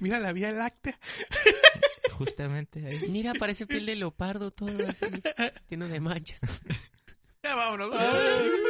S3: Mira la Vía Láctea.
S2: Justamente ahí.
S4: Mira, parece piel de leopardo todo así, lleno de manchas.
S1: Ya vámonos. güey.